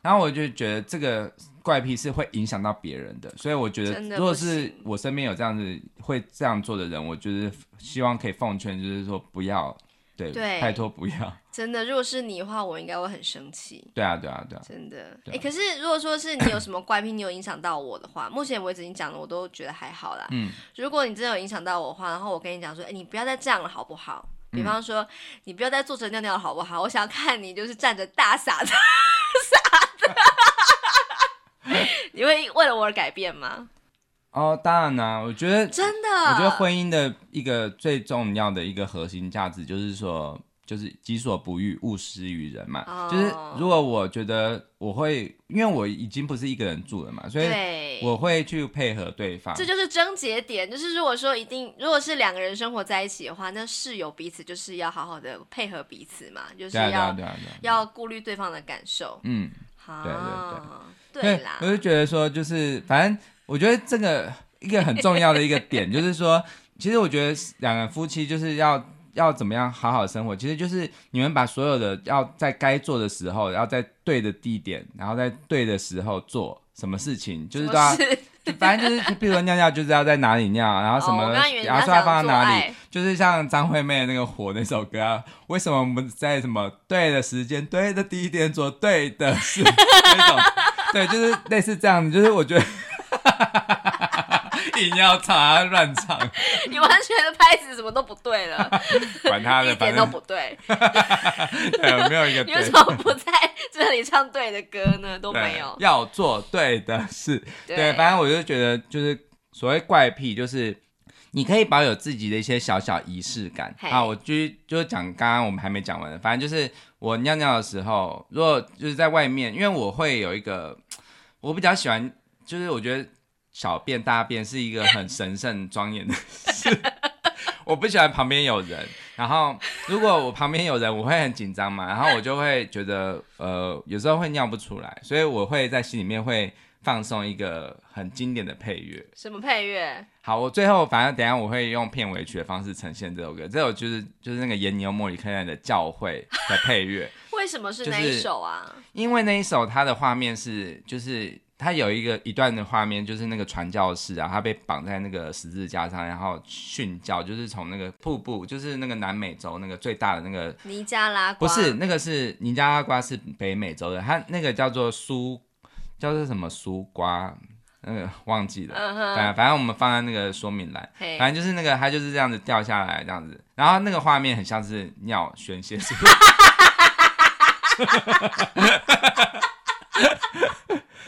[SPEAKER 2] 然后我就觉得这个怪癖是会影响到别人的，所以我觉得
[SPEAKER 1] 真的
[SPEAKER 2] 如果
[SPEAKER 1] 不
[SPEAKER 2] 是
[SPEAKER 1] 行
[SPEAKER 2] 我身边有这样子会这样做的人，我就是希望可以奉劝，就是说不要，对，
[SPEAKER 1] 对
[SPEAKER 2] 拜托不要，
[SPEAKER 1] 真的，如果是你的话，我应该会很生气。
[SPEAKER 2] 对啊，对啊，对啊，
[SPEAKER 1] 真的，哎、
[SPEAKER 2] 对啊
[SPEAKER 1] 可是如果说是你有什么怪癖，你有影响到我的话，目前为止你讲的我都觉得还好啦。
[SPEAKER 2] 嗯，
[SPEAKER 1] 如果你真的有影响到我的话，然后我跟你讲说，哎、你不要再这样了，好不好？比方说，你不要再坐着尿尿了好不好？我想要看你就是站着大傻子，傻子。 你会为了我而改变吗？
[SPEAKER 2] 哦，当然啦、我觉得
[SPEAKER 1] 真的，
[SPEAKER 2] 我觉得婚姻的一个最重要的一个核心价值就是说，就是己所不欲，勿施于人嘛。
[SPEAKER 1] 哦
[SPEAKER 2] 就是如果我觉得我会，因为我已经不是一个人住了嘛，所以
[SPEAKER 1] 对，
[SPEAKER 2] 我会去配合对方。
[SPEAKER 1] 这就是症结点。就是如果说一定，如果是两个人生活在一起的话，那室友彼此就是要好好的配合彼此嘛，就是
[SPEAKER 2] 对
[SPEAKER 1] 要、
[SPEAKER 2] 啊对啊对啊对啊。
[SPEAKER 1] 要顾虑对方的感受。
[SPEAKER 2] 嗯，对
[SPEAKER 1] 啊，对啦
[SPEAKER 2] 我，就觉得说，就是反正我觉得这个一个很重要的一个点， 就是说，其实我觉得两个夫妻就是要要怎么样好好生活，其实就是你们把所有的要在该做的时候，要在对的地点，然后在对的时候做什么事情，就是
[SPEAKER 1] 不
[SPEAKER 2] 都要。
[SPEAKER 1] 是
[SPEAKER 2] 就反正就是，比如说尿尿就是要在哪里尿，啊然后什
[SPEAKER 1] 哦
[SPEAKER 2] 么
[SPEAKER 1] 我刚刚以为你要
[SPEAKER 2] 牙刷
[SPEAKER 1] 讲
[SPEAKER 2] 放在
[SPEAKER 1] 做
[SPEAKER 2] 哪里
[SPEAKER 1] 爱，
[SPEAKER 2] 就是像张惠妹的那个《火》那首歌啊，为什么我们在什么对的时间、对的地点做对的 事那种，对，就是类似这样，就是我觉得 硬要唱啊乱唱，
[SPEAKER 1] 你完全的拍子什么都不对 了，
[SPEAKER 2] 管他
[SPEAKER 1] 一
[SPEAKER 2] 的，
[SPEAKER 1] 点
[SPEAKER 2] 反
[SPEAKER 1] 都
[SPEAKER 2] 正
[SPEAKER 1] 不对。
[SPEAKER 2] 对没有 一个
[SPEAKER 1] 你为
[SPEAKER 2] 对
[SPEAKER 1] 什。么不在这里唱对的歌呢？都
[SPEAKER 2] 对
[SPEAKER 1] 没有。
[SPEAKER 2] 要做对的事，
[SPEAKER 1] 对，
[SPEAKER 2] 对，反正我就觉得，就是所谓怪癖，就是你可以保有自己的一些小小仪式感
[SPEAKER 1] 嘿
[SPEAKER 2] 啊。我就就讲刚刚我们还没讲完的，反正就是我尿尿的时候，如果就是在外面，因为我会有一个，我比较喜欢，就是我觉得小便大便是一个很神圣庄严的事。 我不喜欢旁边有人，然后如果我旁边有人，我会很紧张嘛，然后我就会觉得呃，有时候会尿不出来，所以我会在心里面会放送一个很经典的配乐。
[SPEAKER 1] 什么配乐？
[SPEAKER 2] 好，我最后反正等一下我会用片尾曲的方式呈现这首歌，这首就是就是那个研牛莫里克莱的《教会》的配乐，
[SPEAKER 1] 为什么是
[SPEAKER 2] 就
[SPEAKER 1] 那一
[SPEAKER 2] 是
[SPEAKER 1] 首啊？
[SPEAKER 2] 因为那一首它的画面是就是。它有一个一段的画面，就是那个传教士啊，他被绑在那个十字架上，然后殉教，就是从那个瀑布，就是那个南美洲那个最大的那个
[SPEAKER 1] 尼加拉瓜
[SPEAKER 2] 不是，那个是尼加拉瓜是北美洲的，它那个叫做苏，叫做什么苏瓜，那个忘记了。
[SPEAKER 1] 嗯哼
[SPEAKER 2] 反正反正我们放在那个说明栏，
[SPEAKER 1] 嘿
[SPEAKER 2] 反正就是那个它就是这样子掉下来这样子，然后那个画面很像是尿宣泄出来。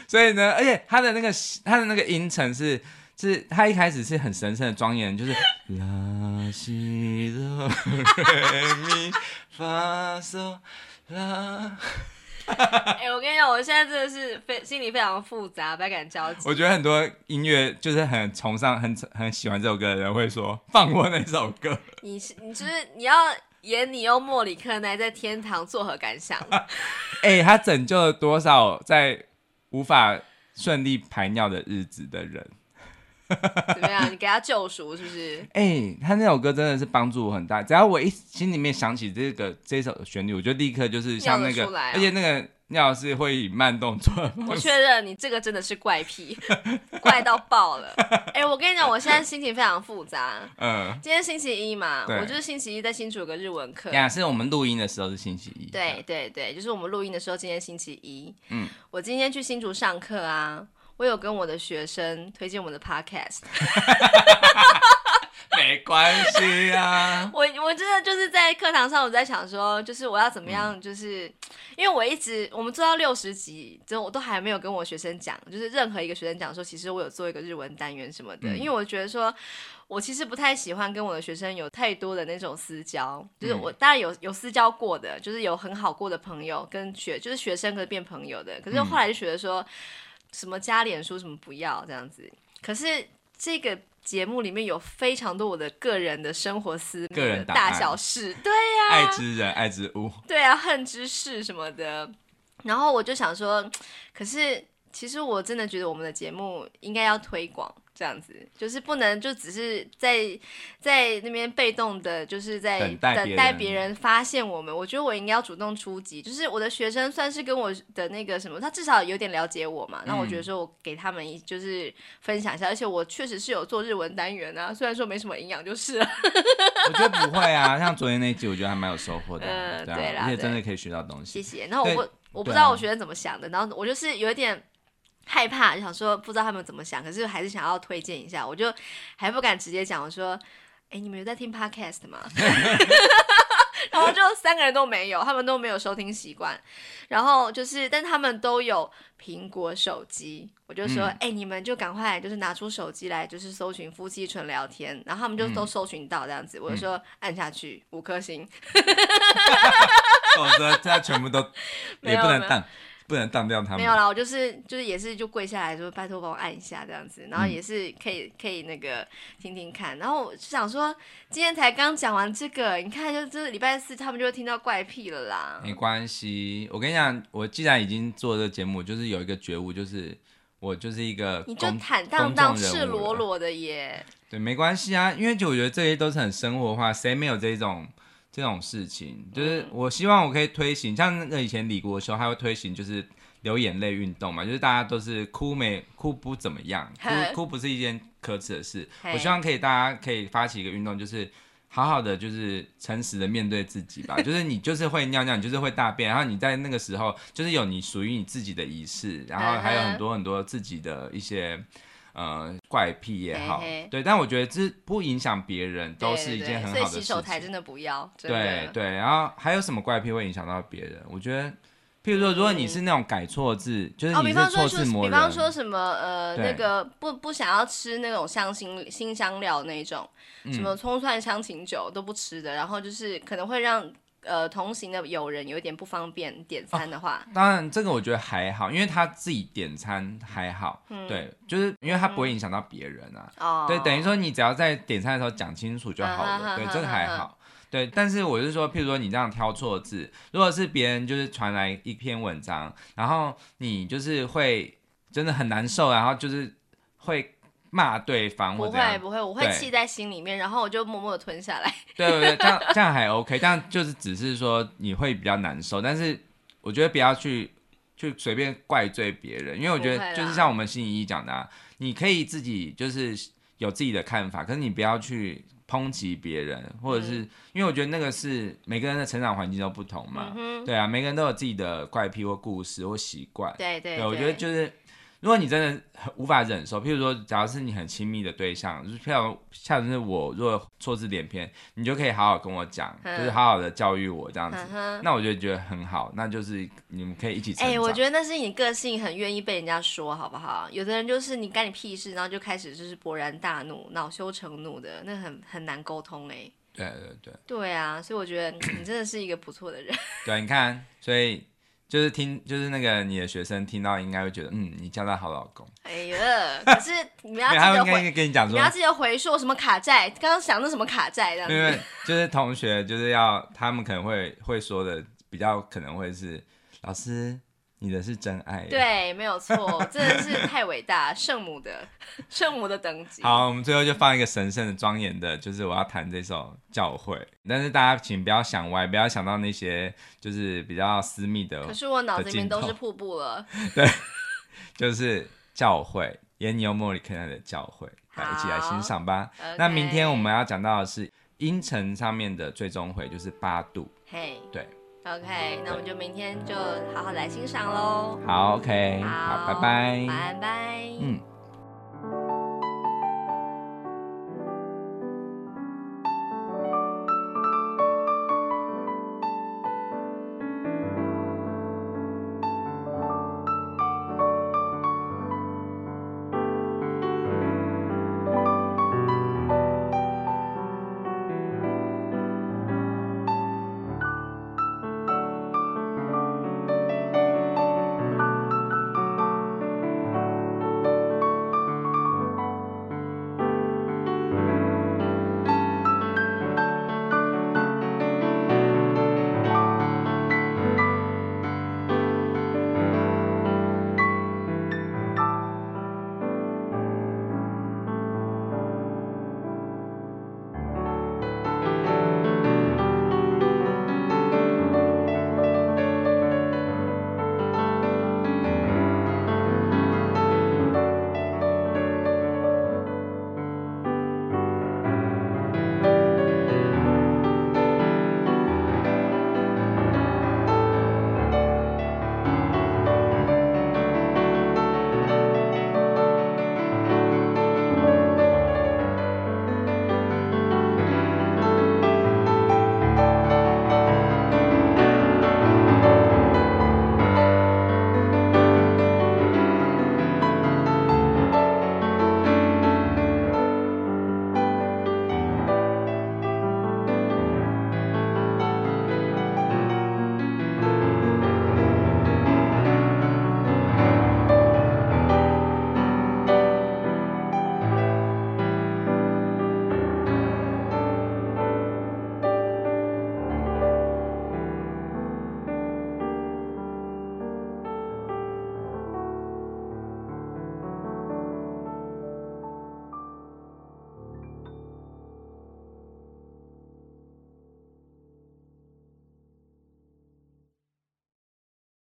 [SPEAKER 2] 所以呢，而且它的那个它的那个音程是是它一开始是很神圣的庄严，就是拉西哆瑞咪发嗦拉，
[SPEAKER 1] 哎、我跟你讲，我现在真的是非心里非常复杂，百感交集。
[SPEAKER 2] 我觉得很多音乐就是很崇尚、很很喜欢这首歌的人会说放过那首歌。
[SPEAKER 1] 你是你就是你要演你用莫里克奈在天堂作何感想？
[SPEAKER 2] 哎、他拯救了多少在无法顺利排尿的日子的人？
[SPEAKER 1] 怎么样？你给他救赎是不是？
[SPEAKER 2] 哎、他那首歌真的是帮助我很大。只要我一心里面想起这个这首旋律，我就立刻就是像那
[SPEAKER 1] 尿得
[SPEAKER 2] 个，
[SPEAKER 1] 出来啊
[SPEAKER 2] 而且那个尿是会以慢动作的
[SPEAKER 1] 我
[SPEAKER 2] 方式。
[SPEAKER 1] 确认你这个真的是怪 癖，怪到爆了。哎、我跟你讲，我现在心情非常复杂。
[SPEAKER 2] 嗯，
[SPEAKER 1] 今天星期一嘛，
[SPEAKER 2] 对
[SPEAKER 1] 我就是星期一在新竹有个日文课。
[SPEAKER 2] 呀，是我们录音的时候是星期一。
[SPEAKER 1] 对，对对，就是我们录音的时候，今天星期一。
[SPEAKER 2] 嗯，
[SPEAKER 1] 我今天去新竹上课啊，我有跟我的学生推荐我们的 podcast。。
[SPEAKER 2] 没关系啊
[SPEAKER 1] 我我真的就是在课堂上，我在想说，就是我要怎么样，就是、因为我一直我们做到六十集之后，我都还没有跟我学生讲，就是任何一个学生讲说，其实我有做一个日文单元什么的，因为我觉得说。我其实不太喜欢跟我的学生有太多的那种私交，就是我当然有有私交过的，就是有很好过的朋友跟学，就是学生可以变朋友的。可是后来就觉得说，什么加脸书什么不要这样子。可是这个节目里面有非常多我的个人的生活私密、
[SPEAKER 2] 个人档
[SPEAKER 1] 大
[SPEAKER 2] 案
[SPEAKER 1] 小事， 对啊
[SPEAKER 2] 爱之人，爱之物。
[SPEAKER 1] 对啊，恨之事什么的。然后我就想说，可是其实我真的觉得我们的节目应该要推广，这样子就是不能就只是在在那边被动的，就是在
[SPEAKER 2] 等待别人
[SPEAKER 1] 别人发现我们。我觉得我应该要主动出击，就是我的学生算是跟我的那个什么，他至少有点了解我嘛。那我
[SPEAKER 2] 嗯
[SPEAKER 1] 觉得说我给他们一就是分享一下，而且我确实是有做日文单元啊，虽然说没什么营养就是了。
[SPEAKER 2] 我觉得不会啊，像昨天那一集，我觉得还蛮有收获的 啊、
[SPEAKER 1] 嗯
[SPEAKER 2] 对啊
[SPEAKER 1] 对啦
[SPEAKER 2] 而且真
[SPEAKER 1] 对
[SPEAKER 2] 的可以学到东
[SPEAKER 1] 谢
[SPEAKER 2] 西。
[SPEAKER 1] 谢。然后我
[SPEAKER 2] 对
[SPEAKER 1] 不我不
[SPEAKER 2] 对
[SPEAKER 1] 知道我
[SPEAKER 2] 啊
[SPEAKER 1] 学生怎么想的，然后我就是有一点害怕，就想说不知道他们怎么想，可是还是想要推荐一下，我就还不敢直接讲，我说。哎，你们有在听 podcast 吗？ 然后就三个人都没有，他们都没有收听习惯，然后就是，但他们都有苹果手机，我就说，
[SPEAKER 2] 嗯
[SPEAKER 1] 哎、你们就赶快就是拿出手机来，就是搜寻夫妻纯聊天，然后他们
[SPEAKER 2] 嗯
[SPEAKER 1] 就都搜寻到这样子，我就说按下去五颗星，
[SPEAKER 2] 否则他全部都
[SPEAKER 1] 没
[SPEAKER 2] 也
[SPEAKER 1] 有
[SPEAKER 2] 不
[SPEAKER 1] 没
[SPEAKER 2] 能
[SPEAKER 1] 有
[SPEAKER 2] 当，不能当掉他们。
[SPEAKER 1] 没有啦，我就是就是也是就跪下来说拜托帮我按一下这样子，然
[SPEAKER 2] 嗯
[SPEAKER 1] 后也是可以可以那个听听看，然后我就想说今天才刚讲完这个，你看就这礼拜四他们就会听到怪癖了啦，
[SPEAKER 2] 没关系，我跟你讲，我既然已经做这个节目，就是有一个觉悟，就是我就是一个
[SPEAKER 1] 你就
[SPEAKER 2] 公
[SPEAKER 1] 坦荡荡、
[SPEAKER 2] 公众人物
[SPEAKER 1] 赤
[SPEAKER 2] 了
[SPEAKER 1] 裸裸的耶，
[SPEAKER 2] 对，没关系啊，因为就我觉得这些都是很生活化，谁没有这种这种事情？
[SPEAKER 1] 嗯
[SPEAKER 2] 就是我希望我可以推行，像那个以前李国修他会推行就是流眼泪运动嘛，就是大家都是哭没哭不怎么样，哭
[SPEAKER 1] 嘿
[SPEAKER 2] 哭不是一件可耻的事。
[SPEAKER 1] 嘿
[SPEAKER 2] 我希望可以大家可以发起一个运动，就是。好好的，就是诚实的面对自己 吧。就是你就是会尿尿，你就是会大便，然后你在那个时候就是有你属于你自己的仪式，然后还有
[SPEAKER 1] 嗯哼
[SPEAKER 2] 很多很多自己的一些呃怪癖也好，
[SPEAKER 1] 嘿嘿
[SPEAKER 2] 对，但我觉得这不影响别人，都是一件
[SPEAKER 1] 对
[SPEAKER 2] 很
[SPEAKER 1] 对对所
[SPEAKER 2] 好的
[SPEAKER 1] 以洗
[SPEAKER 2] 事
[SPEAKER 1] 手台
[SPEAKER 2] 情。
[SPEAKER 1] 真的不要，真
[SPEAKER 2] 对
[SPEAKER 1] 的，
[SPEAKER 2] 对，然后还有什么怪癖会影响到别人？我觉得，譬如说，如果你是那种改错字，就是
[SPEAKER 1] 嗯哦，
[SPEAKER 2] 你
[SPEAKER 1] 比
[SPEAKER 2] 是
[SPEAKER 1] 方说
[SPEAKER 2] 错
[SPEAKER 1] 就
[SPEAKER 2] 字
[SPEAKER 1] 是，
[SPEAKER 2] 魔
[SPEAKER 1] 比
[SPEAKER 2] 人，
[SPEAKER 1] 方说什么呃，
[SPEAKER 2] 对
[SPEAKER 1] 那个不不想要吃那种香辛辛香料那种，什
[SPEAKER 2] 嗯
[SPEAKER 1] 么葱蒜香芹酒都不吃的，然后就是可能会让呃同行的友人有一点不方便点餐的话，
[SPEAKER 2] 嗯当然这个我觉得还好，因为他自己点餐还好，
[SPEAKER 1] 嗯
[SPEAKER 2] 对，就是因为他不会影响到别人啊。
[SPEAKER 1] 哦，
[SPEAKER 2] 对，等于说你只要在点餐的时候讲清楚就好
[SPEAKER 1] 啊哈哈
[SPEAKER 2] 了，对，这个还
[SPEAKER 1] 哈哈
[SPEAKER 2] 好。对，但是我是说，譬如说你这样挑错字，如果是别人就是传来一篇文章，然后你就是会真的很难受，然后就是会骂对方或
[SPEAKER 1] 不
[SPEAKER 2] 怎
[SPEAKER 1] 会
[SPEAKER 2] 样，
[SPEAKER 1] 不会，我会
[SPEAKER 2] 对
[SPEAKER 1] 气在心里面，然后我就默默的吞下来。
[SPEAKER 2] 对对对，这样这样还 OK，这样就是只是说你会比较难受，但是我觉得不要去去随便怪罪别人，因为我觉
[SPEAKER 1] 不会啦
[SPEAKER 2] 得就是像我们心仪讲的、啊，你可以自己就是有自己的看法，可是你不要去抨击别人，或者是、
[SPEAKER 1] 嗯
[SPEAKER 2] 因为我觉得那个是每个人的成长环境都不同
[SPEAKER 1] 嗯
[SPEAKER 2] 嘛，对啊，每个人都有自己的怪癖或故事或习惯，
[SPEAKER 1] 对对
[SPEAKER 2] 对，我觉得就是，如果你真的很无法忍受，譬如说，假如是你很亲密的对象，就是譬如像是我，如果错字连篇，你就可以好好跟我讲，
[SPEAKER 1] 嗯
[SPEAKER 2] 就是好好的教育我这样子
[SPEAKER 1] 嗯，哼。
[SPEAKER 2] 那我就觉得很好，那就是你们可以一起成
[SPEAKER 1] 哎、
[SPEAKER 2] 长。
[SPEAKER 1] 我觉得那是你个性很愿意被人家说，好不好？有的人就是你干你屁事，然后就开始就是勃然大怒、恼羞成怒的，那很很难沟通哎、
[SPEAKER 2] 对对对
[SPEAKER 1] 对啊，所以我觉得你真的是一个不错的人。
[SPEAKER 2] 对，啊你看，所以就是听，就是那个你的学生听到应该会觉得，嗯，你交到好老公，
[SPEAKER 1] 哎呀，可是你们要
[SPEAKER 2] 没有他
[SPEAKER 1] 记
[SPEAKER 2] 们
[SPEAKER 1] 得
[SPEAKER 2] 应该
[SPEAKER 1] 回，
[SPEAKER 2] 跟你讲
[SPEAKER 1] 你
[SPEAKER 2] 说
[SPEAKER 1] 们要，记得回溯什么卡债，刚刚想的什么卡债这样
[SPEAKER 2] 没有，没
[SPEAKER 1] 子。
[SPEAKER 2] 有就是同学就是要他们可能会会说的比较可能会是老师。你的是真爱耶，
[SPEAKER 1] 对，没有错，真的是太伟大，圣母的圣母的等级。
[SPEAKER 2] 好，我们最后就放一个神圣的、庄严的，就是我要弹这首教诲。但是大家请不要想歪，不要想到那些就是比较私密的
[SPEAKER 1] 可，是我脑子里面都
[SPEAKER 2] 的
[SPEAKER 1] 是
[SPEAKER 2] 镜
[SPEAKER 1] 瀑布 了。
[SPEAKER 2] 就是教诲，研牛莫里克奈的教诲，大家一起来欣赏吧。那
[SPEAKER 1] OK
[SPEAKER 2] 明天我们要讲到的是音程上面的最终回，就是八度。
[SPEAKER 1] 嘿
[SPEAKER 2] 对，
[SPEAKER 1] ，OK，那我们就明天就好好来欣赏喽。
[SPEAKER 2] 嗯好，OK，好，拜拜，
[SPEAKER 1] 拜拜。
[SPEAKER 2] 嗯。